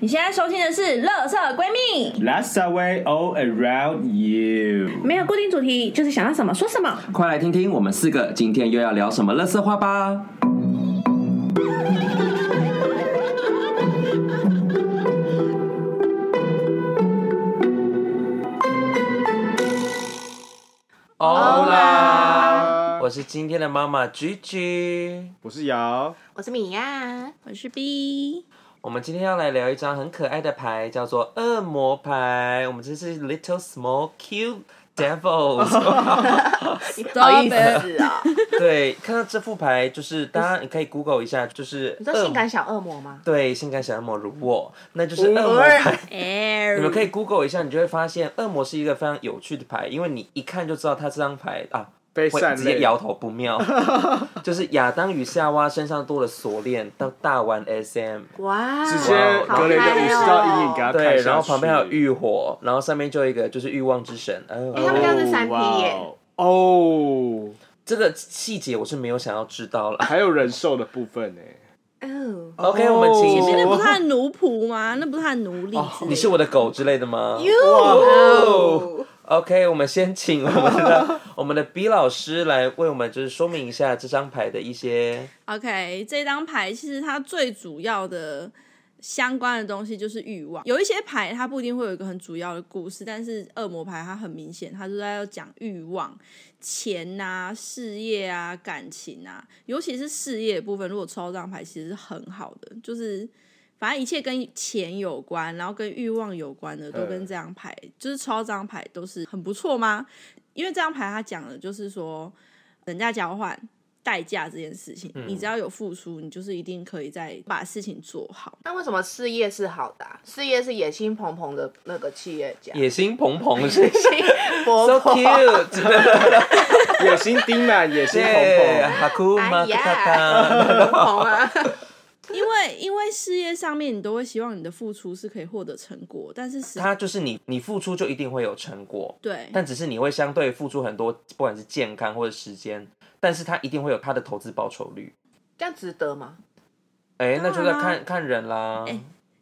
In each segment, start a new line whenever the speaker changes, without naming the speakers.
你现在收听的是《乐色闺蜜》，
Let's away all around you。
没有固定主题，就是想要什么说什么。
快来听听我们四个今天又要聊什么乐色话吧！欧啦，我是今天的妈妈菊菊。
我是瑶，
我是米娅，
我是 B，
我们今天要来聊一张很可爱的牌，叫做恶魔牌。我们这是 Little Small Cute Devils。
不好意思啊，
对，看到这副牌，就是大家你可以 Google 一下，就是
你知道
恶
性感小恶魔吗？
对性感小恶魔如我，那就是恶魔牌。
哎，
你们可
以
以 Google 一下，你就会发现恶魔是一个非常有趣的牌，因为你一看就知道它这张牌啊，
被
会
善
直接
类。
摇头不妙。就是亚当与夏娃身上多了锁链，到大玩 SM。
哇，哦
直接
哇哦
格雷的五十道阴影给他砍下
对，
去
然后旁边还有浴火，然后上面就有一个就是欲望之神。哦
哎他们家是三 P 耶
哦哇哦，
这个细节我是没有想要知道了。
还有人兽的部分欸呢。
哦，
OK，我们请
前
哦
面
那不是他的奴仆吗？那不是他的奴隶之类的
你是我的狗之类的吗
哦
哦
哟，
？OK，我们先请我们的我们的 B 老师来为我们就是说明一下这张牌的一些
OK，这张牌其实它最主要的相关的东西就是欲望。有一些牌它不一定会有一个很主要的故事，但是恶魔牌它很明显，它就在要讲欲望、钱呐、事业啊、感情啊，尤其是事业的部分，如果抽这张牌其实是很好的，就是。反正一切跟钱有关，然后跟欲望有关的，都
嗯
跟这张牌，就是抽这张牌都是很不错吗？因为这张牌它讲的就是说等价交换，代价这件事情，你只要有付出，你就是一定可以再把事情做好。
那为什么事业是好的啊？事业是野心蓬勃的那个企 业家，
野心蓬勃是
勃
so
勃，
cute，
野心丁满，野心蓬
对，
蓬，
哈库马
哎
卡
呀
卡，
蓬勃啊，
因为因为事业上面，你都会希望你的付出是可以获得成果，但是实
它就是你你付出就一定会有成果，
对
但只是你会相对付出很多，不管是健康或者时间，但是它一定会有它的投资报酬率。
这样值得吗？
哎，那就在
当然啦
看看人啦。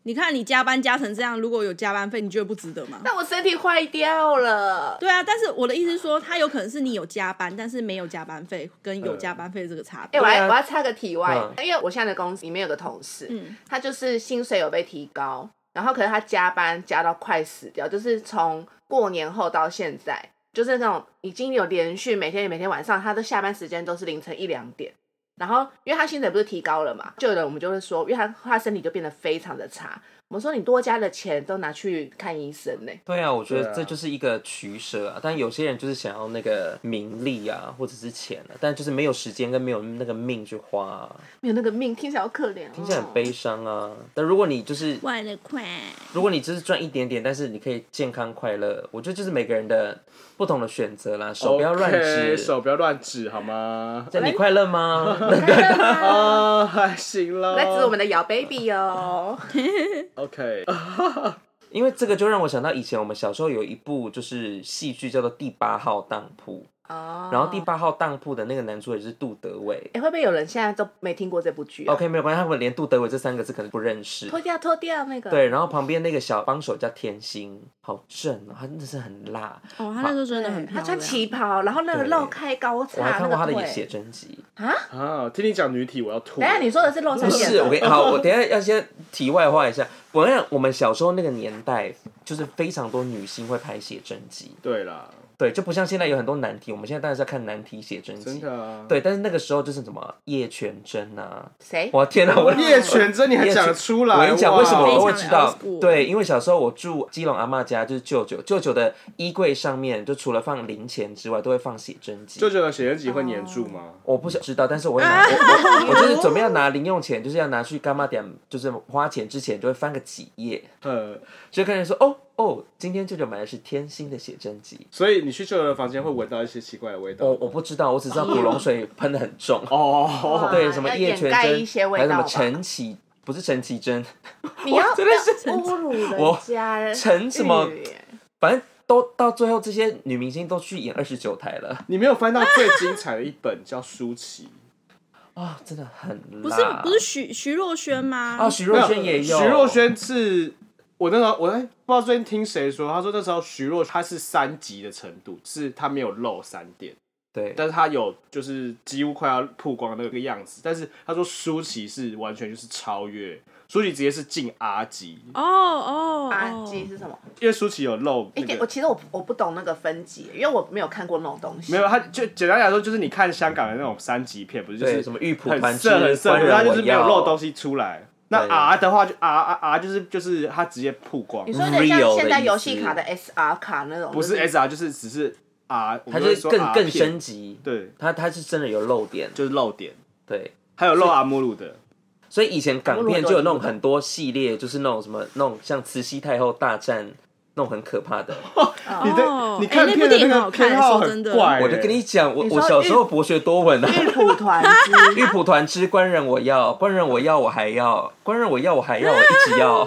你看你加班加成这样，如果有加班费，你觉得不值得吗？
但我身体坏掉了，
对啊，但是我的意思是说，它有可能是你有加班，但是没有加班费跟有加班费这个差
哎，
别。
我
对啊
还我要插个题外
嗯，
因为我现在的公司里面有个同事，
嗯，
他就是薪水有被提高，然后可是他加班加到快死掉，就是从过年后到现在，就是那种已经有连续每天每天晚上他的下班时间都是凌晨一两点。然后，因为他薪水不是提高了嘛，就有人我们就会说，因为他他身体就变得非常的差。我们说你多加的钱都拿去看医生呢、
对啊，我觉
对
得
啊
这就是一个取舍啊。但有些人就是想要那个名利啊，或者是钱啊，但就是没有时间跟没有那个命去花、啊，
没有那个命，听起来好可 怜、哦，
听起来很悲伤啊。但如果你就是，
为了快，
如果你只是赚一点点，但是你可以健康快乐，我觉得就是每个人的不同的选择啦。手不要乱
OK，
指。
手不要乱指好吗？
这你快乐 吗？哦
啊，还行啦。
来指我们的姚 baby 哦，
OK，
因为这个就让我想到以前我们小时候有一部就是戏剧叫做《第八号当铺》，
哦，
然后第八号当铺的那个男主也是杜德伟。
哎，会不会有人现在都没听过这部剧、啊
OK，没有关系，他们连杜德伟这三个字可能不认识。
脱掉脱掉那个，
对，然后旁边那个小帮手叫天心，好正哦，他真的是很辣。
哦，他那时候真的很
她
漂亮。
穿旗袍，然后那个
对
露开高啊
我还
叉，那
看过
个
他的
腿
写真集。
啊，听你讲女体，我要吐。
等一下你说的是露
不
三点
是，
的
我跟好，我等一下要先题外话一下。我跟你讲我们小时候那个年代，就是非常多女星会拍写真集，
对啦，
对，就不像现在有很多难题，我们现在当然是要看难题写真
真
集。
的啊。，
对，但是那个时候就是什么叶全真啊，
谁？
我的天哪，我
哦叶全真你还讲得出来？
我跟你讲，为什么我
哇
会知道
非常 old？school
对，因为小时候我住基隆阿嬷家，就是舅舅，舅舅的衣柜上面就除了放零钱之外，都会放写真集
舅。舅的写真集会粘住
哦
吗？
我不想知道，但是我会拿，我我我就是准备要拿零用钱，就是要拿去干妈点，就是花钱之前就会翻个几页，
呃，
就看见说哦哦，今天舅舅买的是天心的写真集。
所以你去舅舅的房间会闻到一些奇怪的味道
我。我不知道，我只知道古龙水喷的很重，
哦，
对，什么
要
叶
掩
全
盖
真
一些，味
还有什
道
么
吧
陈绮，不是陈绮贞，
你要
真的是
不要侮辱
我
人家
成什么
语言
反正都到最后，这些女明星都去演二十九台了。
你没有翻到最精彩的一本叫《舒淇》，
啊、真的很辣。
不是不是徐徐若瑄吗？
哦， 徐
没
若
有
瑄也有，
徐若瑄是我那时候我哎、不知道最近听谁说，他说那时候徐若她是三级的程度，是她没有漏三点，
对，
但是她有就是几乎快要曝光的那个样子，但是他说舒淇是完全就是超越。舒淇直接是进 R 级，
哦哦，
阿
哦
基啊是什么？
因为舒淇有漏
一
那
点我
个，
其实我我不懂那个分级，因为我没有看过那种东西。
没有，他就简单来说就是你看香港的那种三级片，不是就
对
是
什么玉蒲
很
团之
色很色，
官
可是
人
它就是没有漏东
西。
西出来。那
对
R 的话就 R R R 就是就是它直接曝光
你，说有点
Real 的
像现在
意思
游戏卡的 SR 卡那种，
不是
就是
S R 就是只是 R，我
它
们
就
会
是
说啊
更
R
更
片
升级，
对，
它它是真的有漏点，
就是漏点，
对。
还有漏阿姆鲁的，
所以以前港
我如
片
果
就有那种很多系列，就是那种什么那种像慈禧太后大战那种很可怕的。
你的
哦
你看
哎那部
片的
电影
那个
很好看
偏好
说
很
真的
怪欸，
我就跟你讲，我
你说
我小时候博学多闻啊，
玉蒲团 之
玉蒲团之官人我要，官人我要我还要，官人我要我还要，我一直要。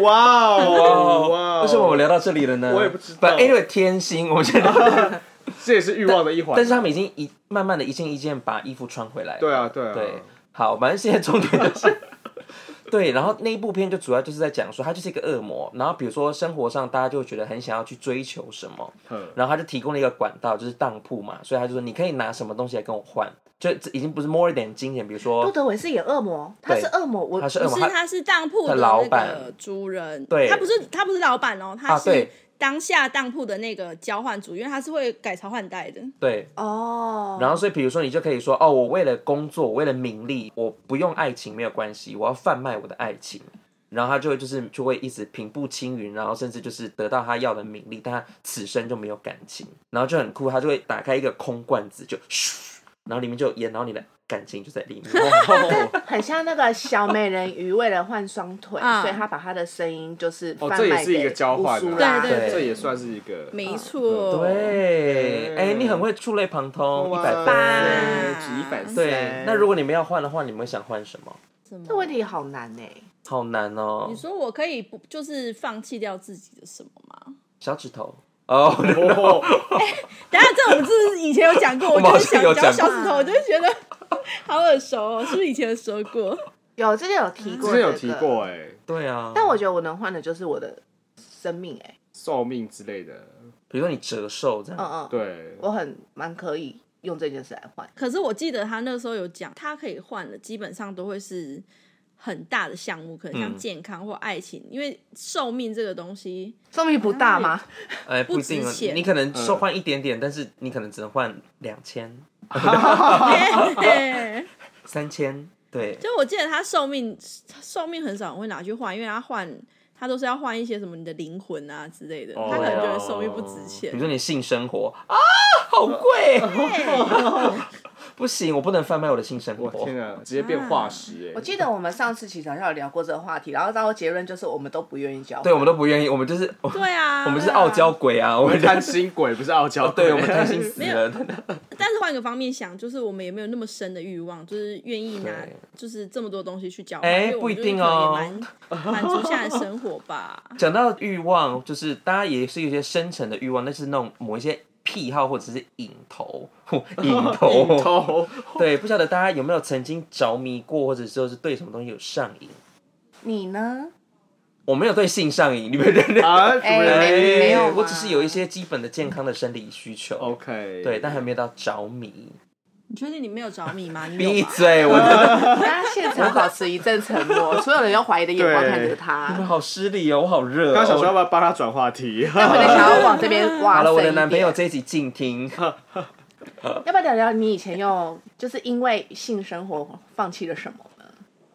哇 哦哇
哦
哦，
为什么我们聊到这里了呢？
我也不知道
But anyway，天心，我 觉得，
这也是欲望的一环？
但是他们已经一慢慢的一件一件把衣服穿回来了。
对啊对啊，
对，好，反正现在重点就是， 对，然后那一部片就主要就是在讲说，他就是一个恶魔，然后比如说生活上大家就会觉得很想要去追求什么，
嗯
然后他就提供了一个管道，就是当铺嘛，所以他就说你可以拿什么东西来跟我换，就这已经不是 more than 金钱，比如
杜
说
德伟是演恶魔，他
对
是恶魔，我
他是恶
不
魔，
是，
他
他是当铺
他
的
老
那
板
个主人，
对
他不是他不是老板哦，他
啊
是
对
当下当铺的那个交换主，因为他是会改朝换代的。
对，
哦，
然后所以比如说你就可以说哦，我为了工作，我为了名利，我不用爱情没有关系，我要贩卖我的爱情。然后他就会就是就会一直平步青云，然后甚至就是得到他要的名利，但他此生就没有感情，然后就很酷，他就会打开一个空罐子就咻，然后里面就有烟，然后你的感情就在 里面。
哦
很像那个小美人鱼为了换双腿，
嗯
所以他把他的声音就是
哦
贩
这也
卖
是一
给
个交换啊
乌苏拉
对
对
这也算是一个
没错，
对，哎，你很会触类旁通，一百分。
分
只一百分
对，那如果你们要换的话，你们会想换什么？
什么
这问题好难哎，
好难哦
你，说我可以不就是放弃掉自己的什么吗？
小指头哦，
哦
等一下，这我们是以前有讲 过，
我
我
们好
就是
像
想
有
讲
讲
小
过
指头，我就会觉得好耳熟哦，是不是以前有说过？
有之前有提过，
之前有提过，哎、
对啊。
但我觉得我能换的就是我的生命哎，
寿命之类的，
比如说你折寿这样，
嗯嗯，
对，
我很蛮可以用这件事来换，
可是我记得他那时候有讲，他可以换的基本上都会是很大的项目，可能像
嗯
健康或爱情，因为寿命这个东 西，
寿命不大吗？
哎、不一
值
定哦，
钱
你可能
嗯
说换一点点，但是你可能只能换两千、
嘿嘿
三千，对，
就我记得他寿命寿命很少人会拿去换，因为他换他都是要换一些什么你的灵魂啊之类的，
哦
他可能觉得寿命不值
比如
钱。
说你性生活啊，好贵， 不行，我不能贩卖我的性生
我
活
天。啊，直接变化石哎、
我记得我们上次其实好像有聊过这个话题，然后到结论就是我们都不愿意交换。
对，我们都不愿意，我们就是我
对啊，
我们就是傲娇鬼啊，我
我
们
们
贪
贪，心鬼不是傲娇鬼，
对我们贪心死
没
了
有。但是换一个方面想，就是我们也没有那么深的欲望，就是愿意拿
对
就是这么多东西去交换，
哎
因为我们
不一定
就是可能
哦
也蛮满足现在的生活吧。
讲到欲望，就是大家也是有一些深层的欲望，但是那种某一些癖好或者是瘾 头，瘾头，
顶头，
对，不晓得大家有没有曾经着迷过，或者说是对什么东西有上瘾？
你呢？
我没有对性上瘾，你们认认
啊，主
哎
人
没没有吗
我只是有一些基本的健康的生理需求。
，OK，
对，但还没有到着迷。
你确定你没有着迷 吗？你
闭
有吧？
嘴！我真的
大家现场保持一阵沉 默，所有人用怀疑的眼光看着
你
他
们。好失礼哦，我好热、哦。
刚想说要不要帮他转话题，
但我就想要往 这边挖
好了，
深
我
一
的
点
男朋友这一集静听。
要不要聊聊你以前用就是因为性生活放弃了什么呢？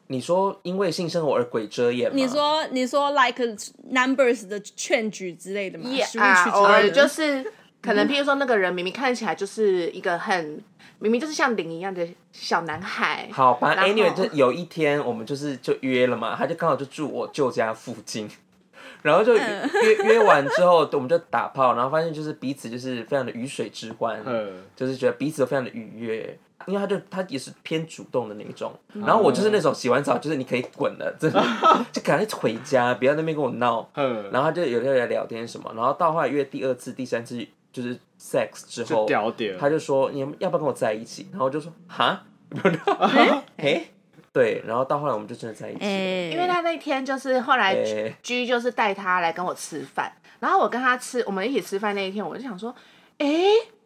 你说因为性生活而鬼遮眼吗？
你说你说 like numbers 的劝举之类的吗？
也
食物
啊，
去
偶尔就是是可能，譬如说那个人明明看起来就是一个很明明就是像林一样的小男孩，
好吧
然后
，anyway，就有一天我们就是就约了嘛，他就刚好就住我舅家附近， 然
嗯
后就约约完之后，我们就打炮，然后发现就是彼此就是非常的鱼水之欢，
嗯，
就是觉得彼此都非常的愉悦。因为他就他也是偏主动的那一种，
嗯
然后我就是那种洗完澡就是你可以滚了，真的 就赶快回家，不要在那边跟我闹。
嗯，
然后他就有天来聊天什么，然后到后来约第二次、第三次，就是 sex 之
就
后，
屌屌，
他就说你们要不要跟我在一起？然后我就说哈， 哎，对，然后到后来我们就真的在一起了。
哎，
因为他那天就是后来
哎
G 就是带他来跟我吃饭，然后我跟他吃，我们一起吃饭那一天，我就想说，哎、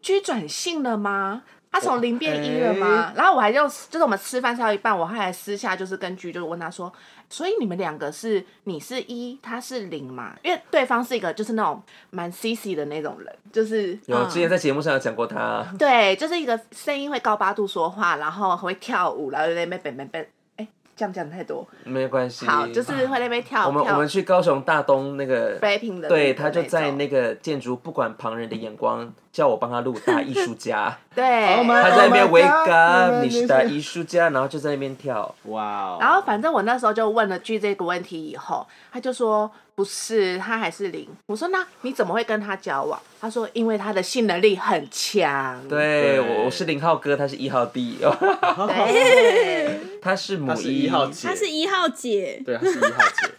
居 g 转性了吗？他
哦
从零变一了吗？然后我还就就是我们吃饭吃到一半，我还私下就是跟 G 就问他说，所以你们两个是你是一，他是零嘛？因为对方是一个就是那种蛮 CC 的那种人，就是
有之前在节目上有讲过他，
对，就是一个声音会高八度说话，然后会跳舞，然后在那边本本本，哎、这样讲太多，
没关系。
好，就是会在那边跳。
我们
跳
我们去高雄大东那个
breaking 的那个那种，
对他就在那个建筑，不管旁人的眼光，叫我帮他录大艺术 家。
对
Oh my
他在那边
Oh my
wake
God，原来
up，你是
如此
大艺术家，然后就在那边跳。
嗯
哇哦，
然后反正我那时候就问了句这个问题以后，他就说不是，他还是零。我说那你怎么会跟他交往？他说因为他的性能力很强。
对
对
我我是零号哥，他是一号弟，
对，
他是母
他是一号姐，
他是一号姐，
对，他是一号姐，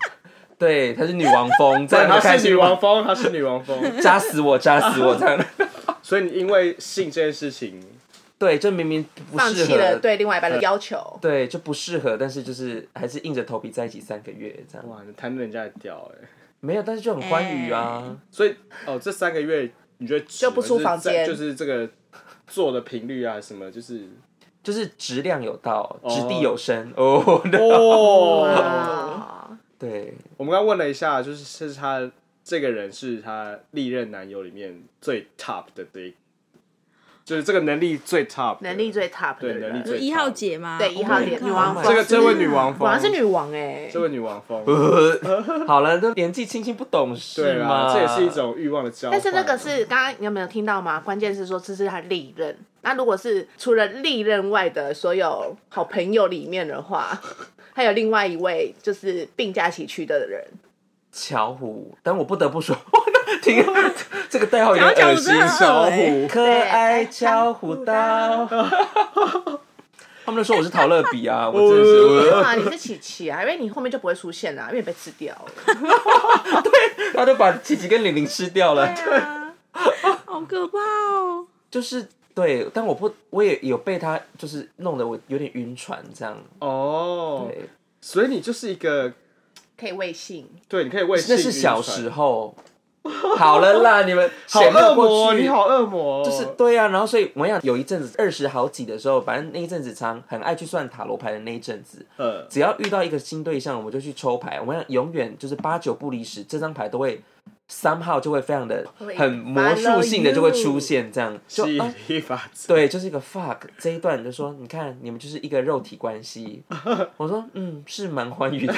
对，他是女王风，在
对，
我们
他
看
是女王，风，他是女王风，
扎死我，扎死我这样。
所以你因为性这件事情，
对，这明明不
放
适
弃了
合，
对另外一半的要求。
对，就不适合，但是就是还是硬着头皮在一起三个月这样。
哇，你谈论人家的屌哎、
没有，但是就很欢愉啊。
哎
所以哦，这三个月你觉得值
就不出
吗
房间
就是在就是这个做的频率啊什么，就是
就是质量有到，
哦
掷地有声哦。
哦，
哇，
对，
我们刚刚问了一下，就是是他这个人是他历任男友里面最 top 的这一，就是这个能力最 top，的
能力最 top 的
对能力
就
最
人，
一号姐吗？
对一号姐
Oh my god
女王
风
这个这位女王
果
风
然是女王哎、
这位女王风，
好了，都年纪轻轻不懂
对
事
啦，
嘛，
这也是一。种欲望的交换。
但是那个是刚刚你有没有听到吗？关键是说这是他历任。那如果是除了历任外的所有好朋友里面的话，还有另外一位就是并驾齐驱的人，
巧虎，但我不得不说，停，这个代号有点
讲到巧
恶
虎
心
真。的很恶欸
虎，
可
哎
爱巧虎刀，他们都说我是陶乐比 啊，我真的
哦
是我
啊，你是琪琪啊，因为你后面就不会出现啦，因为你被吃掉了。
他都把琪琪跟玲玲吃掉了，
啊
好可怕哦！
就是对，但我不，我也有被他就是弄得我有点晕船这样，
哦，
对，
所以你就是一个
可以喂信，
对，你可以为
那
性
是
晕
小
船
时候。好了啦，你们
好
显露
恶魔
过
哦，
去
你好恶魔哦，
就是对啊，然后所以我想有一阵子二十好几的时候，反正那一阵子常很爱去算塔罗牌的那一阵子，
呃，
只要遇到一个新对象，我们就去抽牌。我们永远就是八九不离十，这张牌都会 somehow 就会非常的
会
很魔术性的
follow
就会
you
出现这样，就
吸
啊
引力法则。
对，就是一个 fuck 这一段就说，你看你们就是一个肉体关 系。我说嗯是蛮欢愉的，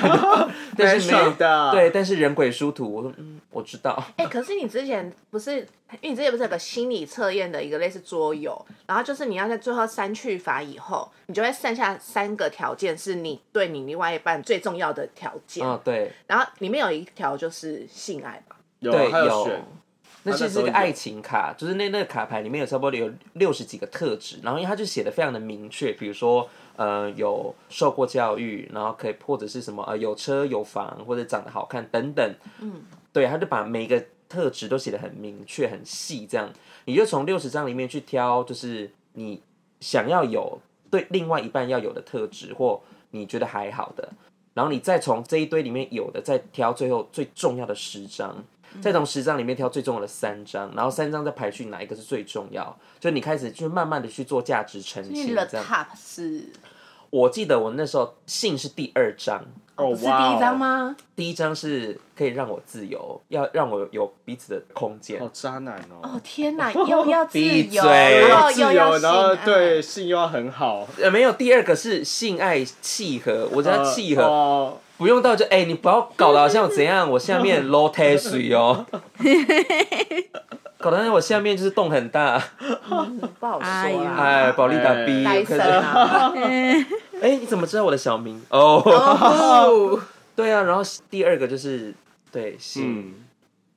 但是没有
蛮爽的
对，但是人鬼殊途。我说嗯我知道，
哎、可是你之前不是，因为你之前不是有个心理测验的一个类似桌游，然后就是你要在最后删去法以后，你就会剩下三个条件是你对你另外一半最重要的条件，
啊对，
然后里面有一条就是性爱吧，
有啊
对
还
有
选
那
他
其
那
实
时
是
候
个
有
爱情卡，就是那那个卡牌里面有差不多有六十几个特质，然后因为它就写的非常的明确，比如说呃有受过教育，然后可以或者是什么呃有车有房或者长得好看等等，嗯，对，他就把每一个特质都写的很明确很细，这样你就从六十张里面去挑，就是你想要有对另外一半要有的特质或你觉得还好的，然后你再从这一堆里面有的再挑最后最重要的十张，再从十张里面挑最重要的三张，然后三张再排序哪一个是最重要，就你开始就慢慢的去做价值澄
因为
清
你的
这样。
top 是
我记得我那时候信是第二张，
哦，
不是第
哇
一
哦
张？吗？
第一张是可以让我自由，要让我有彼此的空间
好。渣男哦哎
哦，天哪，又要自
闭
由，
嘴
然后
自
又要哎
由，然后
性爱
对性又要很好，
呃，没有，第二个是性爱契合，我叫它
呃
契合，
哦
不用到就哎、你不要搞得好像怎样，我下 面 low t e 水哦，搞得好像我下面就是洞很大，
不好
哎
说
呀
啦。
哎，宝利达 B，
戴
有
森
开始
啊，
哎、你怎么知道我的小名？哦，
哦
对啊，然后第二个就是对性，
嗯，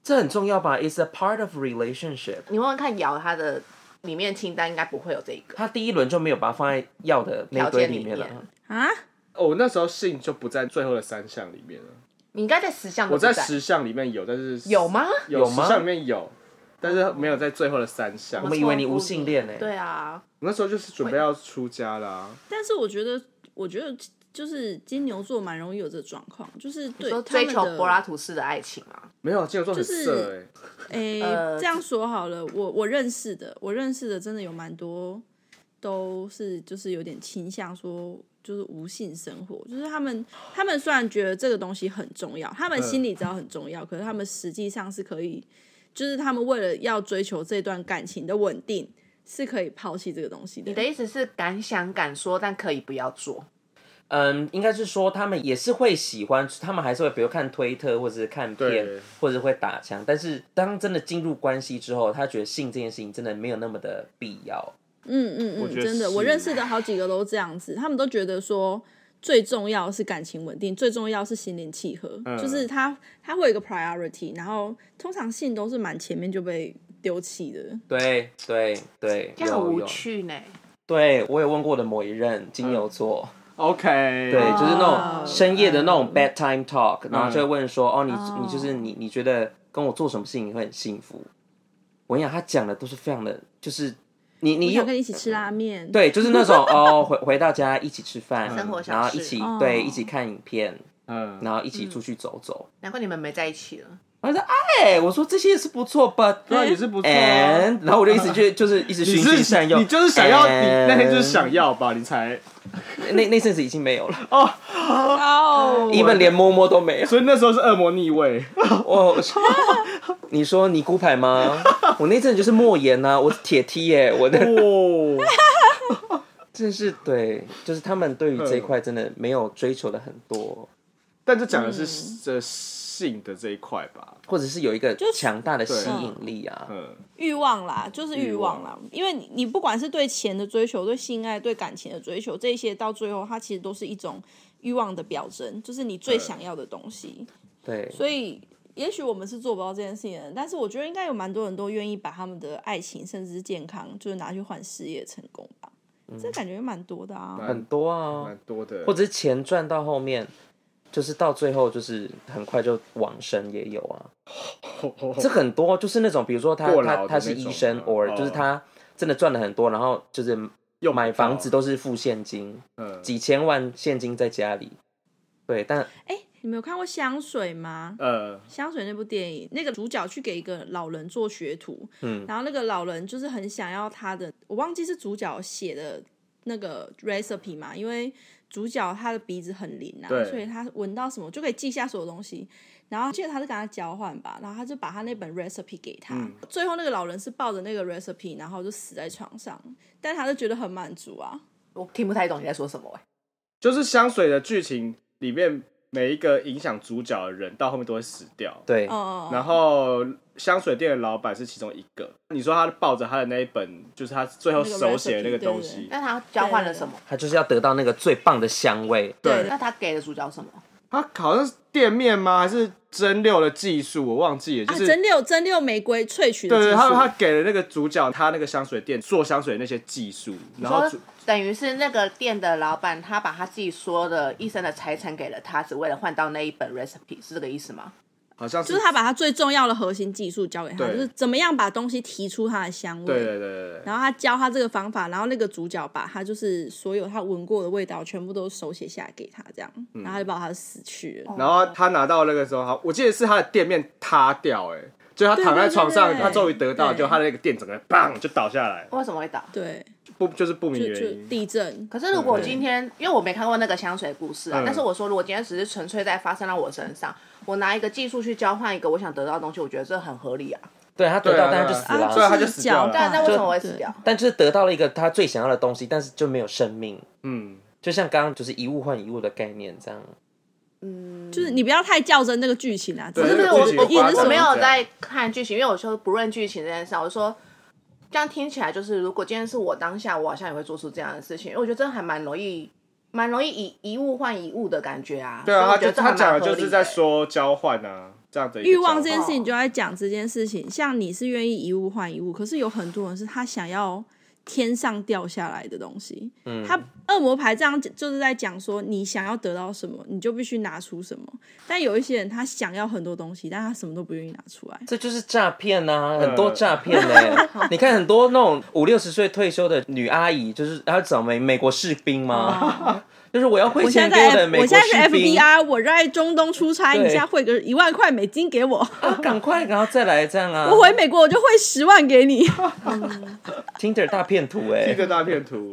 这很重要吧？It's a part of relationship。
你问问看，瑶他的里面清单应该不会有这一个。
他第一轮就没有把它放在要的那一堆里面了
条件里，
啊，
哦，我那时候性就不在最后的三项里面了，
你应该在十项都
我
啊不在
在十项里面有，但是
有吗？
有
有
十
吗
项里面有，但是没有在最后的三项。
我
我
们以为你无性恋呢、
对啊，
那时候就是准备要出家啦、
但是我觉得，我觉得就是金牛座蛮容易有这个状况，就是对
说
他们
追求
的
柏拉图式的爱情啊，
没有，金牛座很
就是
色哎、
诶、
呃
这样说好了，我我认识的，我认识的真的有蛮多都是就是有点倾向说就是无性生活，就是他们他们虽然觉得这个东西很重要，他们
嗯
心里知道很重要，可是他们实际上是可以，就是他们为了要追求这段感情的稳定，是可以抛弃这个东西的。
你的意思是敢想敢说，但可以不要做。
嗯，应该是说他们也是会喜欢，他们还是会比如看推特或者是看片
对，
或者是会打枪。但是当真的进入关系之后，他觉得性这件事情真的没有那么的必要。
嗯嗯
我
嗯，
觉得
真的，
是
我认识的好几个都这样子，他们都觉得说最重要是感情稳定，最重要是心灵契合，
嗯
就是他他会有一个 priority，然后通常性都是蛮前面就被丢弃的。
对对对，
这样很
有
无
有
趣呢。
对我也问过我的某一任金牛座，
OK，
对，就是那
哦嗯
种深夜的那种 bedtime talk，、然后就会问说，哦，你
哦
你就是你，你觉得跟我做什么事情会很幸福？我跟你讲，他讲的都是非常的，就是你
我
你
想
又
跟你一起吃拉面，，
对，就是那种哦， 回回到家一起吃饭，
生活小
然后一
事
起、
哦
对一起看影片，
嗯，
然后一起出去走走。
难怪你们没在一起了。
然后说，哎，我说这些也是不错，but
对啊，也是不错、啊。
and，然后我就一直 就就是一直
你
循循善
是
诱，
你就是想要，你那天就是
and-
想要吧，你才
那那阵子已经没有了
哦，
，even 连摸摸都没有。
所以那时候是恶魔逆位，
我， 我说你说尼姑牌吗？我那阵就是莫言呐、我是铁梯耶、我的
哦，
真是对，就是他们对于这一块真的没有追求的很多，
但这讲的是这性的这一块吧，
或者是有一个
就是
强大的吸引力啊。
嗯，
欲望啦，就是欲望啦，因为你你不管是对钱的追求、对性爱、对感情的追求，这些到最后它其实都是一种欲望的表征，就是你最
对
想要的东西。
对，
所以，也许我们是做不到这件事情的人，但是我觉得应该有蛮多人都愿意把他们的爱情甚至是健康，就是拿去换事业成功吧。这感觉蛮多的啊，
很多啊
蛮，多的，
或者是钱赚到后面，就是到最后就是很快就往生也有啊。这很多就是那种，比如说他
过劳的
他他是
那种
医生
啊，
或
哦
就是他真的赚了很多，然后就是
又
买房子，都是付现金。
嗯，
几千万现金在家里。对，但
你们有看过《香水》吗？
呃，
香水那部电影，那个主角去给一个老人做学徒，
嗯
然后那个老人就是很想要他的，我忘记是主角写的那个 recipe 嘛，因为主角他的鼻子很灵啊，
对
所以他闻到什么就可以记下所有东西。然后记得他是跟他交换吧，然后他就把他那本 recipe 给他，
嗯
最后那个老人是抱着那个 recipe，然后就死在床上，但他就觉得很满足啊。
我听不太懂你在说什么、欸。
就是香水的剧情里面每一个影响主角的人到后面都会死掉，
对、
嗯，
然后香水店的老板是其中一个，你说他抱着他的那一本，就是他最后手写的那个东西，
那他交换了什么？
他就是要得到那个最棒的香味。
对
那他给了主角什么？
他好像是店面吗？还是蒸馏的技术？我忘记了，就
啊，
是、
蒸馏蒸馏玫瑰萃取的
对对，
技术，
他他给了那个主角他那个香水店做香水那些技术，然后
说
主
等于是那个店的老板，他把他自己说的一生的财产给了他，只为了换到那一本 recipe，是这个意思吗？
好像是
就是他把他最重要的核心技术交给他，
对
就是怎么样把东西提出它的香味。
对对对对对，
然后他教他这个方法，然后那个主角把他就是所有他闻过的味道全部都手写下来给他，这样，
嗯
然后他就把他死去了。
然后他拿到那个时候，好，我记得是他的店面塌掉、哎，就他躺在床上，
对对对对
他终于得到，
对
就他的那个店整个人砰就倒下来，
为什么会倒？
对，
不就是不明
就
原
就
因，
地震，
可是如果今天，因为我没看过那个香水故事啊，
嗯
但是我说，如果今天只是纯粹在发生到我身上，我拿一个技术去交换一个我想得到的东西，我觉得这很合理啊。
对他得
对
到，
啊
但他
对
就
啊
死了啊、
所以他就死掉了
是
对啊，那为什
就
么我会死掉？？
但就是得到了一个他最想要的东西，但是就没有生命。
嗯，
就像刚刚就是一物换一物的概念这样。
对就是你不要太较真那个剧情啊，只
对
不是不是，
那
我
个剧情
我
有发
演
展
的
我
什
没
么？
有在看剧情，因为我说不论剧情这件事啊，我说这样听起来就是，如果今天是我当下，我好像也会做出这样的事情，因为我觉得这还蛮容易，蛮容易以一物换一物的感觉啊。
对啊，
所以
他就他
我觉得这还蛮
讲的
合
就
理
是在
欸，
说交换啊，这样的一个
欲望
交
这
换
件事情就在讲这件事情，像你是愿意一物换一物，可是有很多人是他想要天上掉下来的东西。
嗯
他恶魔牌这样就是在讲说，你想要得到什么，你就必须拿出什么。但有一些人他想要很多东西，但他什么都不愿意拿出来。
这就是诈骗呐、
呃
很多诈骗嘞、 你看很多那种五六十岁退休的女阿姨，就是她找美美国士兵吗？ 就是我要汇
哦我现
钱给我
在在
的
F-
美
我
国
现在
士
是
兵，
FBI，我在中东出差，
对
你现在汇个一万块美金给我，
啊 赶快，然后再来这样啊
我回美国我就汇十万给你。
！Tinder 大骗徒哎、
一个大片图，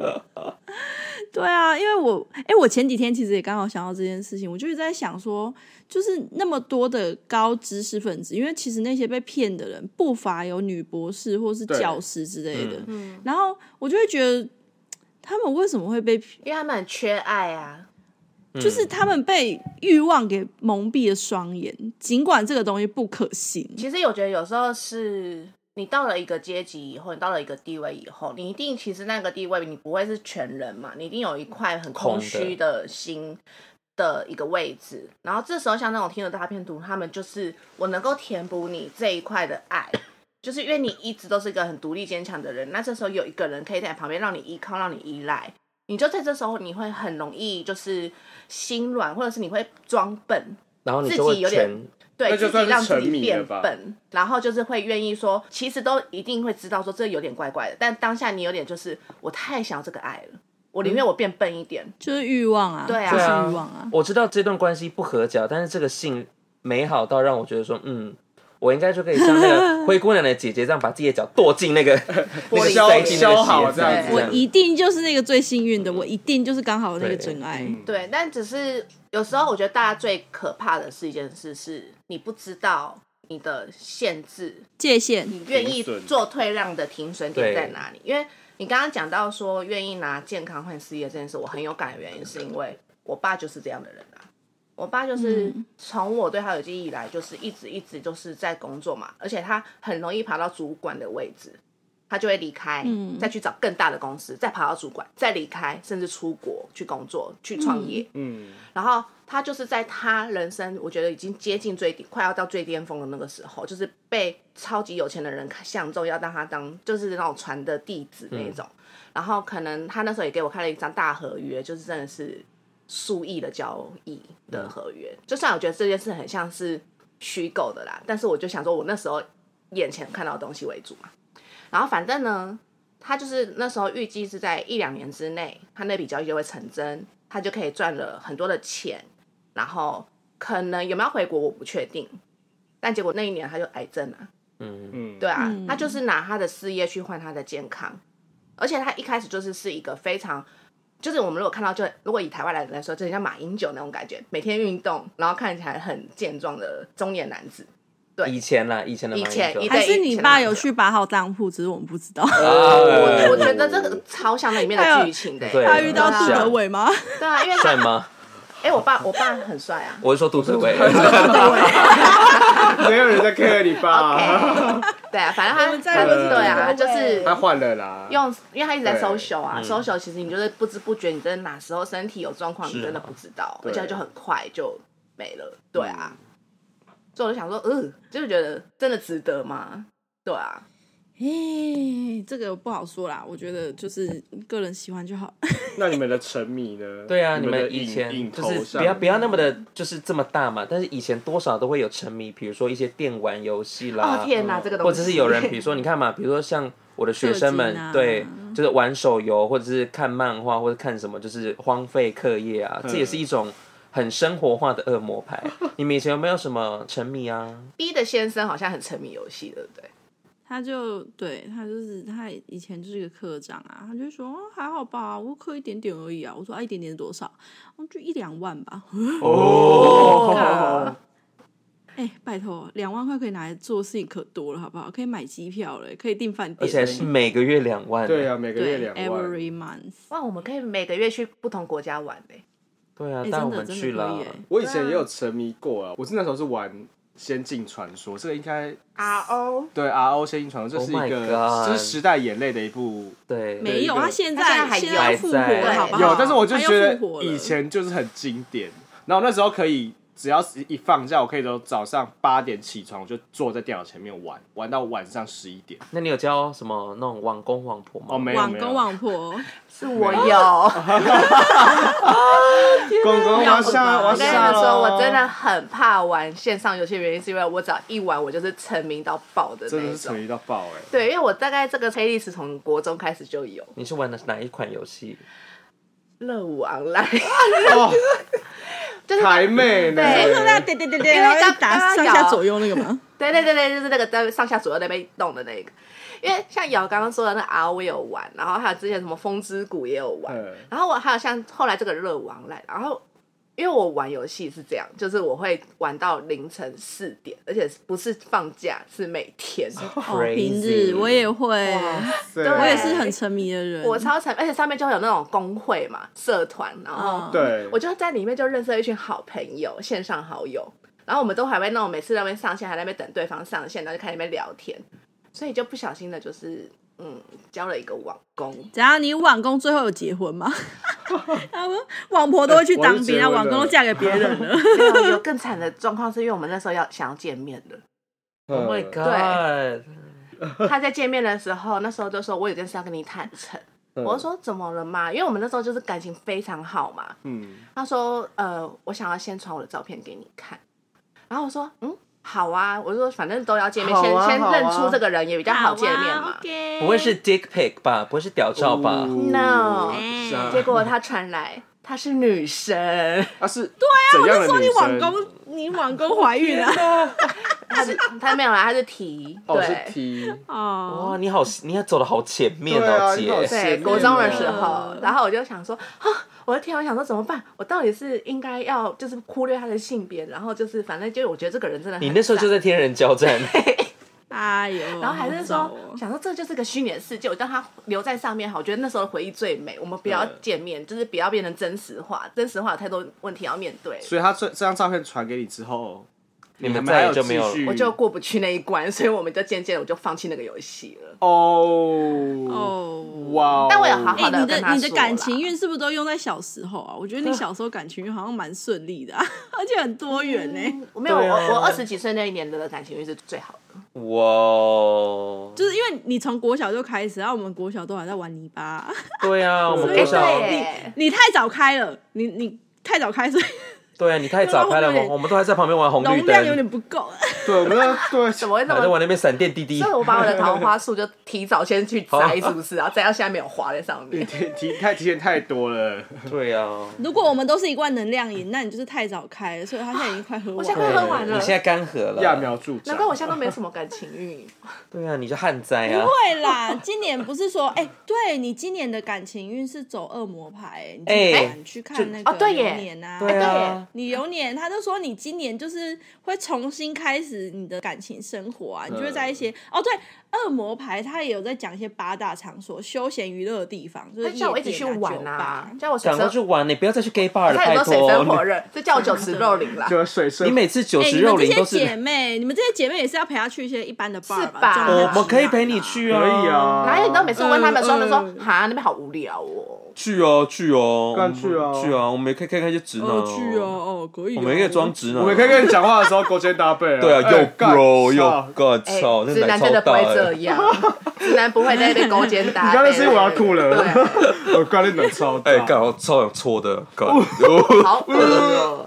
对啊，因为我哎、我前几天其实也刚好想到这件事情，我就是在想说，就是那么多的高知识分子，因为其实那些被骗的人不乏有女博士或是
对
教师之类的，
嗯，
然后我就会觉得他们为什么会被，
因为他们很缺爱啊。
就是他们被欲望给蒙蔽了双眼，尽管这个东西不可行，
其实我觉得有时候是你到了一个阶级以后，你到了一个地位以后，你一定其实那个地位你不会是全人嘛，你一定有一块很空虚的心的一个位置。然后这时候像那种听的大片图，他们就是我能够填补你这一块的爱。就是因为你一直都是一个很独立坚强的人，那这时候有一个人可以在旁边让你依靠，让你依赖，你就在这时候你会很容易就是心软，或者是你会装笨，
然后你
自
就
己
会
有点
全
对
那
自
就
己
算是
让自
沉
己
迷
变
了吧
笨，然后就是会愿意说，其实都一定会知道说这有点怪怪的，但当下你有点就是我太想要这个爱了，我宁愿
嗯
我变笨一点，
就是欲望啊，
对啊
就
对
是
啊
欲望啊，
我知道这段关系不合脚，但是这个性美好到让我觉得说，嗯，我应该就可以像那个灰姑娘的姐姐这样，把自己的脚跺进 那个那个
削
塞进那
削好
个
这
鞋子
样
对
里，
我
这样
一定就是那个最幸运的，我一定就是刚好那个
对
真爱。
对，嗯但只是有时候我觉得大家最可怕的是一件事，是你不知道你的限制，
界限，
你愿意
停损
做退让的停损点
对
在哪里？因为你刚刚讲到说愿意拿健康换事业这件事，我很有感的原因是因为我爸就是这样的人啊。我爸就是从我对他有记忆以来，就是一直一直就是在工作嘛，而且他很容易爬到主管的位置，他就会离开，
嗯
再去找更大的公司，再爬到主管，再离开，甚至出国去工作、去创业。
嗯，
然后他就是在他人生，我觉得已经接近最低，快要到最巅峰的那个时候，就是被超级有钱的人看相中，要让他当就是那种船的弟子那种。然后可能他那时候也给我看了一张大合约，就是真的是数亿的交易的合约。就算我觉得这件事很像是虚构的啦，但是我就想说，我那时候眼前看到的东西为主嘛。然后反正呢，他就是那时候预计是在一两年之内，他那笔交易就会成真，他就可以赚了很多的钱，然后可能有没有回国我不确定，但结果那一年他就癌症了、
嗯，
嗯，
对啊，
嗯
他就是拿他的事业去换他的健康，而且他一开始就是是一个非常，就是我们如果看到就，如果以台湾来来说，就很像马英九那种感觉，每天运动，然后看起来很健壮的中年男子。对
以前啦，以前的
以
马英
前
九
一代
还是
以
你
前
爸
的
有
那
去八号当铺，只是我们不知道。
啊
我我觉得这个超像那里面
还有
的剧情的、
对
他遇到
对啊
杜德伟吗？
对啊，因为他
帅吗？。
哎、我爸我爸很帅啊
我是说杜志伟，
没有人在 care 你吧？
OK，对啊，反正
我
他
们在
乎
他
是
对啊，
杜
就
德伟
是
他换了啦，
用，因为他一直在
对
social
嗯
啊，social 其实你就是不知不觉，你真的哪时候身体有状况，
是啊
你真的不知道，
对
而且就很快就没了。对啊，所以我就想说，嗯，就是觉得真的值得吗？对啊，
哎，这个不好说啦。我觉得就是个人喜欢就好。
那你们的沉迷呢？
对啊，
你
你
们的
们以
瘾
前
瘾
就
头
是
上
不要不要那么的，就是这么大嘛。但是以前多少都会有沉迷，比如说一些电玩游戏啦，
哦天哪，这个东
啊嗯或
西，
者是有人， 比如说你看嘛，比如说像我的学生们
射精，啊
对，就是玩手游或者是看漫画或者看什么，就是荒废课业啊，
嗯
这也是一种很生活化的恶魔 牌。你们以前有没有什么沉迷啊？
B 的先生好像很沉迷游戏，对不对？
他就对他就是他以前就是一个科长啊，他就说、哦、还好吧，我课一点点而已啊。我说啊一点点是多少？哦就一两万吧。
哦，
哎，拜托，两万块可以拿来做事情可多了，好不好？可以买机票了，可以订饭
而
店
且还
了。
是每个月两万，
对啊，每个月
对
两万，
，every month。
哇，我们可以每个月去不同国家玩欸嘞、
对啊
哎，，
但
真
我
的
们
真
去
的可
了
以，哎。
我以前也有沉迷过啊，我是那时候是玩《仙境传说》，这个应该
RO
对 RO《仙境传说》，这
Oh
是一
my
个
God
这是时代眼泪的一部，
对，
没有，
对
他现
他现在
在
还
现
有
在复活
还
了，
在
好不好？
有，但是我就
他又
觉得
复活了
以前就是很经典，然后那时候可以只要是一放假，我可以从早上八点起床，我就坐在电脑前面玩，玩到晚上十一点。
那你有教什么那种网公网婆吗？
哦，没有
网
没有，
公网婆，
是我有。
公公，我要下，我
我
要
跟你
下
们说，
哦
咯
我真的很怕玩线上游戏，原因是因为我只要一玩，我就是沉迷到爆的那
真的
一
是沉
种。
迷到爆哎、
对，因为我大概这个黑历史从国中开始就有，
你是玩的哪一款游戏？
热舞 online，
哦，
就是
台妹呢？
对
就是那点点点点，
因
然
为
后
刚
就打
刚
上
有
下左右那个 嘛。
对对对对，就是那个在上下左右那边动的那个。因为像瑶刚刚说的那 R 我有玩，然后还有之前什么风之谷也有玩，
嗯
然后我还有像后来这个热舞 online，然后因为我玩游戏是这样，就是我会玩到凌晨四点，而且不是放假，是每天。
哦，平日
Crazy
我也会，
对，
对
我也是很沉迷的 人。
我超沉，而且上面就会有那种工会嘛、社团，然后
嗯
对，
我就在里面就认识了一群好朋友、线上好友，然后我们都还会那种每次在那边上线，还在那边等对方上线，然后就开始在那边聊天，所以就不小心的就是嗯交了一个网工，
怎样？你网公最后有结 婚吗？他们网婆都会去当
我
兵，
是结婚
然后网公都嫁给别人 了。
没有有更惨的状况是因为我们那时候要想要见面 的，
嗯
Oh my god！
他在见面的时候，那时候就说我有件事要跟你坦诚，
嗯
我就说怎么了嘛，因为我们那时候就是感情非常好嘛，
嗯，
他说：“呃，我想要先传我的照片给你看。”然后我说：“嗯，好啊。”我就说：“反正都要见面，
好
先、
啊
先
好啊
认出这个人也比较 好见面嘛。
不会是 dick pic 吧？不会是屌照吧？
哦
No
啊
结果他传来她是女生，
啊是，对啊，
我
怎样
就
的
说你
女生？
网公，你网公怀孕啊了。
她是她没有啦，她是提
哦是
对。
T，
哦，
哇，你好，你还走的好前面
对啊
哦，
你好
姐。
对，
前面
国中的
啊
时候，然后我就想说，啊，我的天啊，我想说怎么办？我到底是应该要就是忽略他的性别，然后就是反正就是我觉得这个人真的很
你那时候就
赞
在天人交战，
哎呦，
然后还是
好
说
糟，哦
想说这就是个虚拟的世界，我让它留在上面好。我觉得那时候的回忆最美，我们不要
对
见面，就是不要变成真实化，真实化有太多问题要面对，
所以他这这张照片传给你之后，
你们
们
再
还
也就没有
继续
我就过不去那一关，所以我们就渐渐地我就放弃那个游戏了。
哦
哦。
哇哦，
但我也好嗯好
哎，
的
你
跟他
的你的
说
感
啦
情运是不是都用在小时候啊？我觉得你小时候感情运好像蛮顺利的啊， 而且很多元呢。
我没有，
对啊
我我二十几岁那一年的感情运是最好的。
哇哦！
就是因为你从国小就开始，然后我们国小都还在玩泥巴，
对啊，我们
所以
多
哎，
少？
对耶，
你你太早开了，你你太早开，所以
对啊，你太早开了，
因为
我我
我们有点
们都还在旁边玩红绿
容量有
灯，
点不够。
对，我们那对，
怎么会那
还在
么？
玩那边闪电滴滴
所以。我把我的桃花树就提早先去摘，是不是？然后摘到现在没有花在上
啊你
面。
提提太提前太多了，
对啊，
如果我们都是一罐能量饮，那你就是太早开了，所以他现在已经快喝
我
完
现在
了。
快喝完
你
了
现，在干涸了。
揠苗助长。
难怪我现在都没有什么感情 运。
对啊，你就旱灾啊
不。会啦，今年不是说哎、对你今年的感情运是走恶魔牌、
哎
哎、你今年去看那
就
个
哦对耶
流年啊，
对啊
哎，
你流年，他就说你今年就是会重新开始你的感情生活啊，你就会在一些、哦对，恶魔牌他也有在讲一些八大场所、休闲娱乐的地方，就是
他叫我一起
夜
去
店啊
玩啊，叫我水
赶快
生
去玩，你不要再去 gay bar 了，
他
拜
也说水深火
托。
热，这叫我酒池肉林啦。
就水深
你每次九
哎、
十
你
肉
们这
林
些
都是，
姐妹，你们这些姐妹也是要陪她去一些一般的 bar
是吧
这种
我
的
们可以
地方啊
陪你去啊，
可以，啊，
哪有？你知道每次我问他们的时候，
嗯
他们说：“哈，那边好无聊哦。
去哦，去哦，
干去啊
我们去啊，我们也可以看看一些直男
哦，去哦，，哦，可以、哦，
我们也可以装直男，
我们可以跟你讲话的时候勾肩搭背啊。
对啊，
哎
又
干
bro
操
又 god，”
哎
操，那
直
奶
男
超
真的不
大
会
欸
这样，直男不会在那边勾肩搭背。
你刚才是因为我要
对
吐了
对啊
我刚才冷超大。
哎，干我超想搓的，干，
好 恶哦。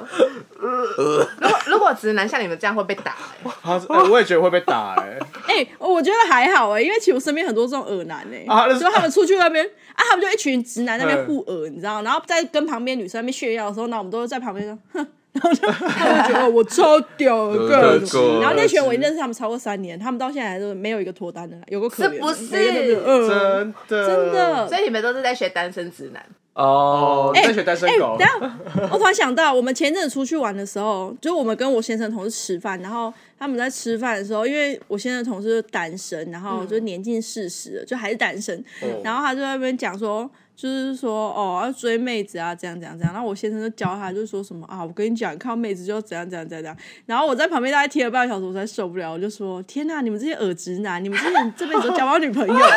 如果如果直男像你们这样会被打，哎
他是哎我也觉得会被打哎。
哎、我觉得还好哎、因为其实我身边很多这种耳男哎、
啊那是
所以他们出去外面啊，他们就一群直男在那
嗯
边互耳，你知道，然后在跟旁边女生在那边炫耀的时候，那我们都在旁边说， 哼，然后就他们就觉得哦我超屌的，各种。然后那群我已经认识他们超过三年，他们到现在还是没有一个脱单的，有个可怜的
是不是
每个都没有呃
真的，
真的。
所以你们都是在学单身直男。
哦
哦，
哎
你在学单身狗
等一，下，我突然想到，我们前阵子出去玩的时候，就是我们跟我先生同事吃饭，然后他们在吃饭的时候，因为我先生同事就单身，然后就是年近四十了，就还是单身，然后他就在那边讲说。就是说哦要追妹子啊，怎样怎样怎样。然后我先生就教他，就说什么啊，我跟你讲，看到妹子就要怎样怎样怎样怎样。然后我在旁边大概听了半个小时，我才受不了，我就说天哪、你们这些耳直男，你们这些这辈子都交不到女朋友。啊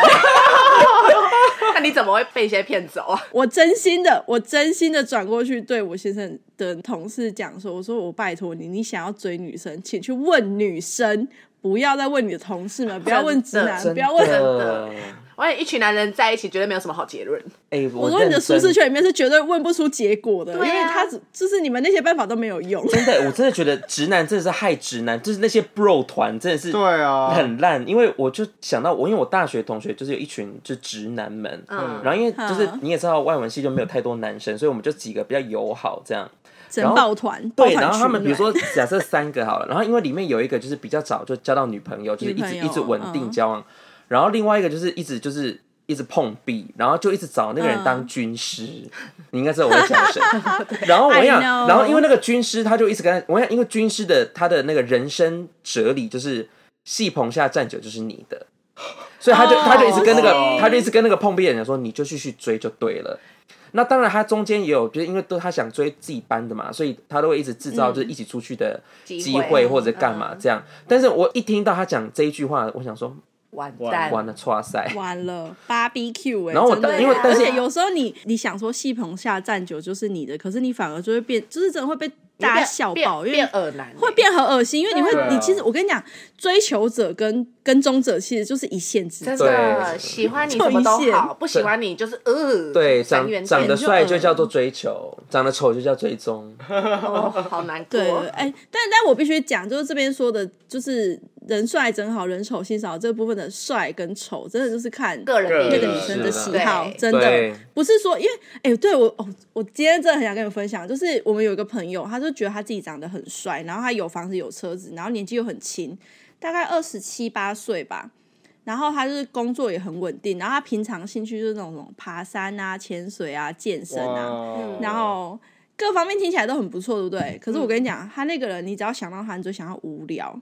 那你怎么会被一些骗走啊？
我真心的，我真心的转过去对我先生的同事讲说，我说我拜托你，你想要追女生，请去问女生，不要再问你的同事们，不要问直男，
真
不要问。
的，
我也一群男人在一起，绝对没有什么好结论。
哎、
我
我
说你的
认
舒
真
适圈里面是绝对问不出结果的，
对啊
因为他只就是你们那些办法都没有用。
真的，我真的觉得直男真的是害直男，就是那些 bro 团真的是
对啊，
很烂。因为我就想到我，因为我大学同学就是有一群就直男们，
嗯，
然后因为就是
嗯
你也知道外文系就没有太多男生，所以我们就几个比较友好这样。
整
然后
抱团，
对，
抱团
然后他
取
们比如
暖
说假设三个好了，然后因为里面有一个就是比较早就交到女朋友，就是一
女朋
直
友
一直稳定
嗯
交往，然后另外一个就是一直就是。一直碰壁，然后就一直找那个人
嗯
当军师，你应该知道我在讲 谁。然后我
I
想，
know
然后因为那个军师，他就一直跟他，我想，因为军师的他的那个人生哲理就是戏棚下站久就是你的，所以他就、
哦
他就一直跟那个、
哦
他就一直跟那个碰壁的人讲说，你就继续追就对了。那当然，他中间也有，就是因为都他想追自己班的嘛，所以他都会一直制
嗯
造就是一起出去的
机
机
会
会或者干嘛这样。但是我一听到他讲这一句话，我想说，
完
完
蛋，
完了，哇塞！
完了 BBQ 哎、
然后我
真的
因为但
而
是
且有时候你你想说戏棚下站久就是你的，可是你反而就会变，就是真的会被大家笑爆，因
变变
为
耳男，欸
会变很恶心，因为你会
对啊
你其实我跟你讲，追求者跟跟踪者其实就是一线之
真
隔。
的
对
喜欢你什么都
就一
好，
线
不喜欢你就是呃，
对，
三
长
元
长得
就
帅
嗯
就叫做追求，长得丑就叫追踪。
哦，好难过
对，。哎、但但我必须讲，就是这边说的，就是人帅真好，人丑心少这部分的帅跟丑，真的就是看
个人
个
那
人
个
的
女生的喜
是啊
好
对，
真的
对，
不是说因为哎、对我哦，我今天真的很想跟你们分享，就是我们有一个朋友，他就觉得他自己长得很帅，然后他有房子有车子，然后年纪又很轻，大概二十七八岁吧。然后他就是工作也很稳定，然后他平常兴趣就是那种什么爬山啊、潜水啊、健身啊，
哇
然后各方面听起来都很不错，对不对？可是我跟你讲，他那个人，你只要想到他，你就想到无聊，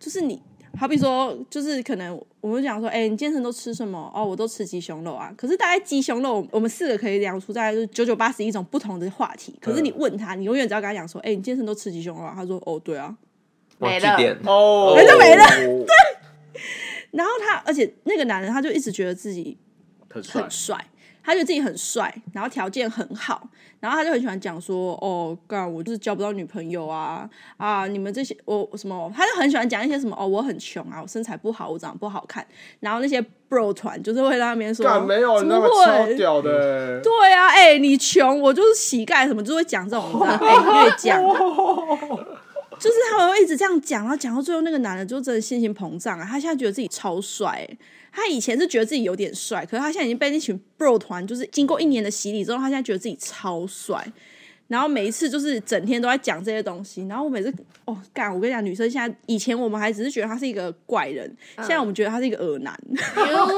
就是你。好比说，就是可能我们讲说，哎、你健身都吃什么？哦，我都吃鸡胸肉啊。可是大概鸡胸肉，我们四个可以量出大概就是九九八十一种不同的话题。可是你问他，你永远只要跟他讲说，哎、你健身都吃鸡胸肉啊？他说，哦，对啊。
哇
没
据
了
点
哦，
人就
没
了，
然后他，而且那个男人他就一直觉得自己
很帅
很，帅，他觉得自己很帅，然后条件很好，然后他就很喜欢讲说，哦，干我就是交不到女朋友啊啊，你们这些我什么，他就很喜欢讲一些什么哦，我很穷啊，我身材不好，我长得不好看，然后那些 bro 团就是会在那边 说，
干没有
怎
你那
么
么超
会
屌的，
对啊，哎、你穷，我就是乞丐，什么就会讲这种，你知道，哎、越 讲，就是他们会一直这样讲，然后讲到最后，那个男的就真的信心膨胀啊，他现在觉得自己超帅、哎他以前是觉得自己有点帅，可是他现在已经被那群 bro 团，就是经过一年的洗礼之后，他现在觉得自己超帅。然后每一次就是整天都在讲这些东西，然后我每次哦干，我跟你讲，女生现在以前我们还只是觉得他是一个怪人，现在我们觉得他是一个恶男。
嗯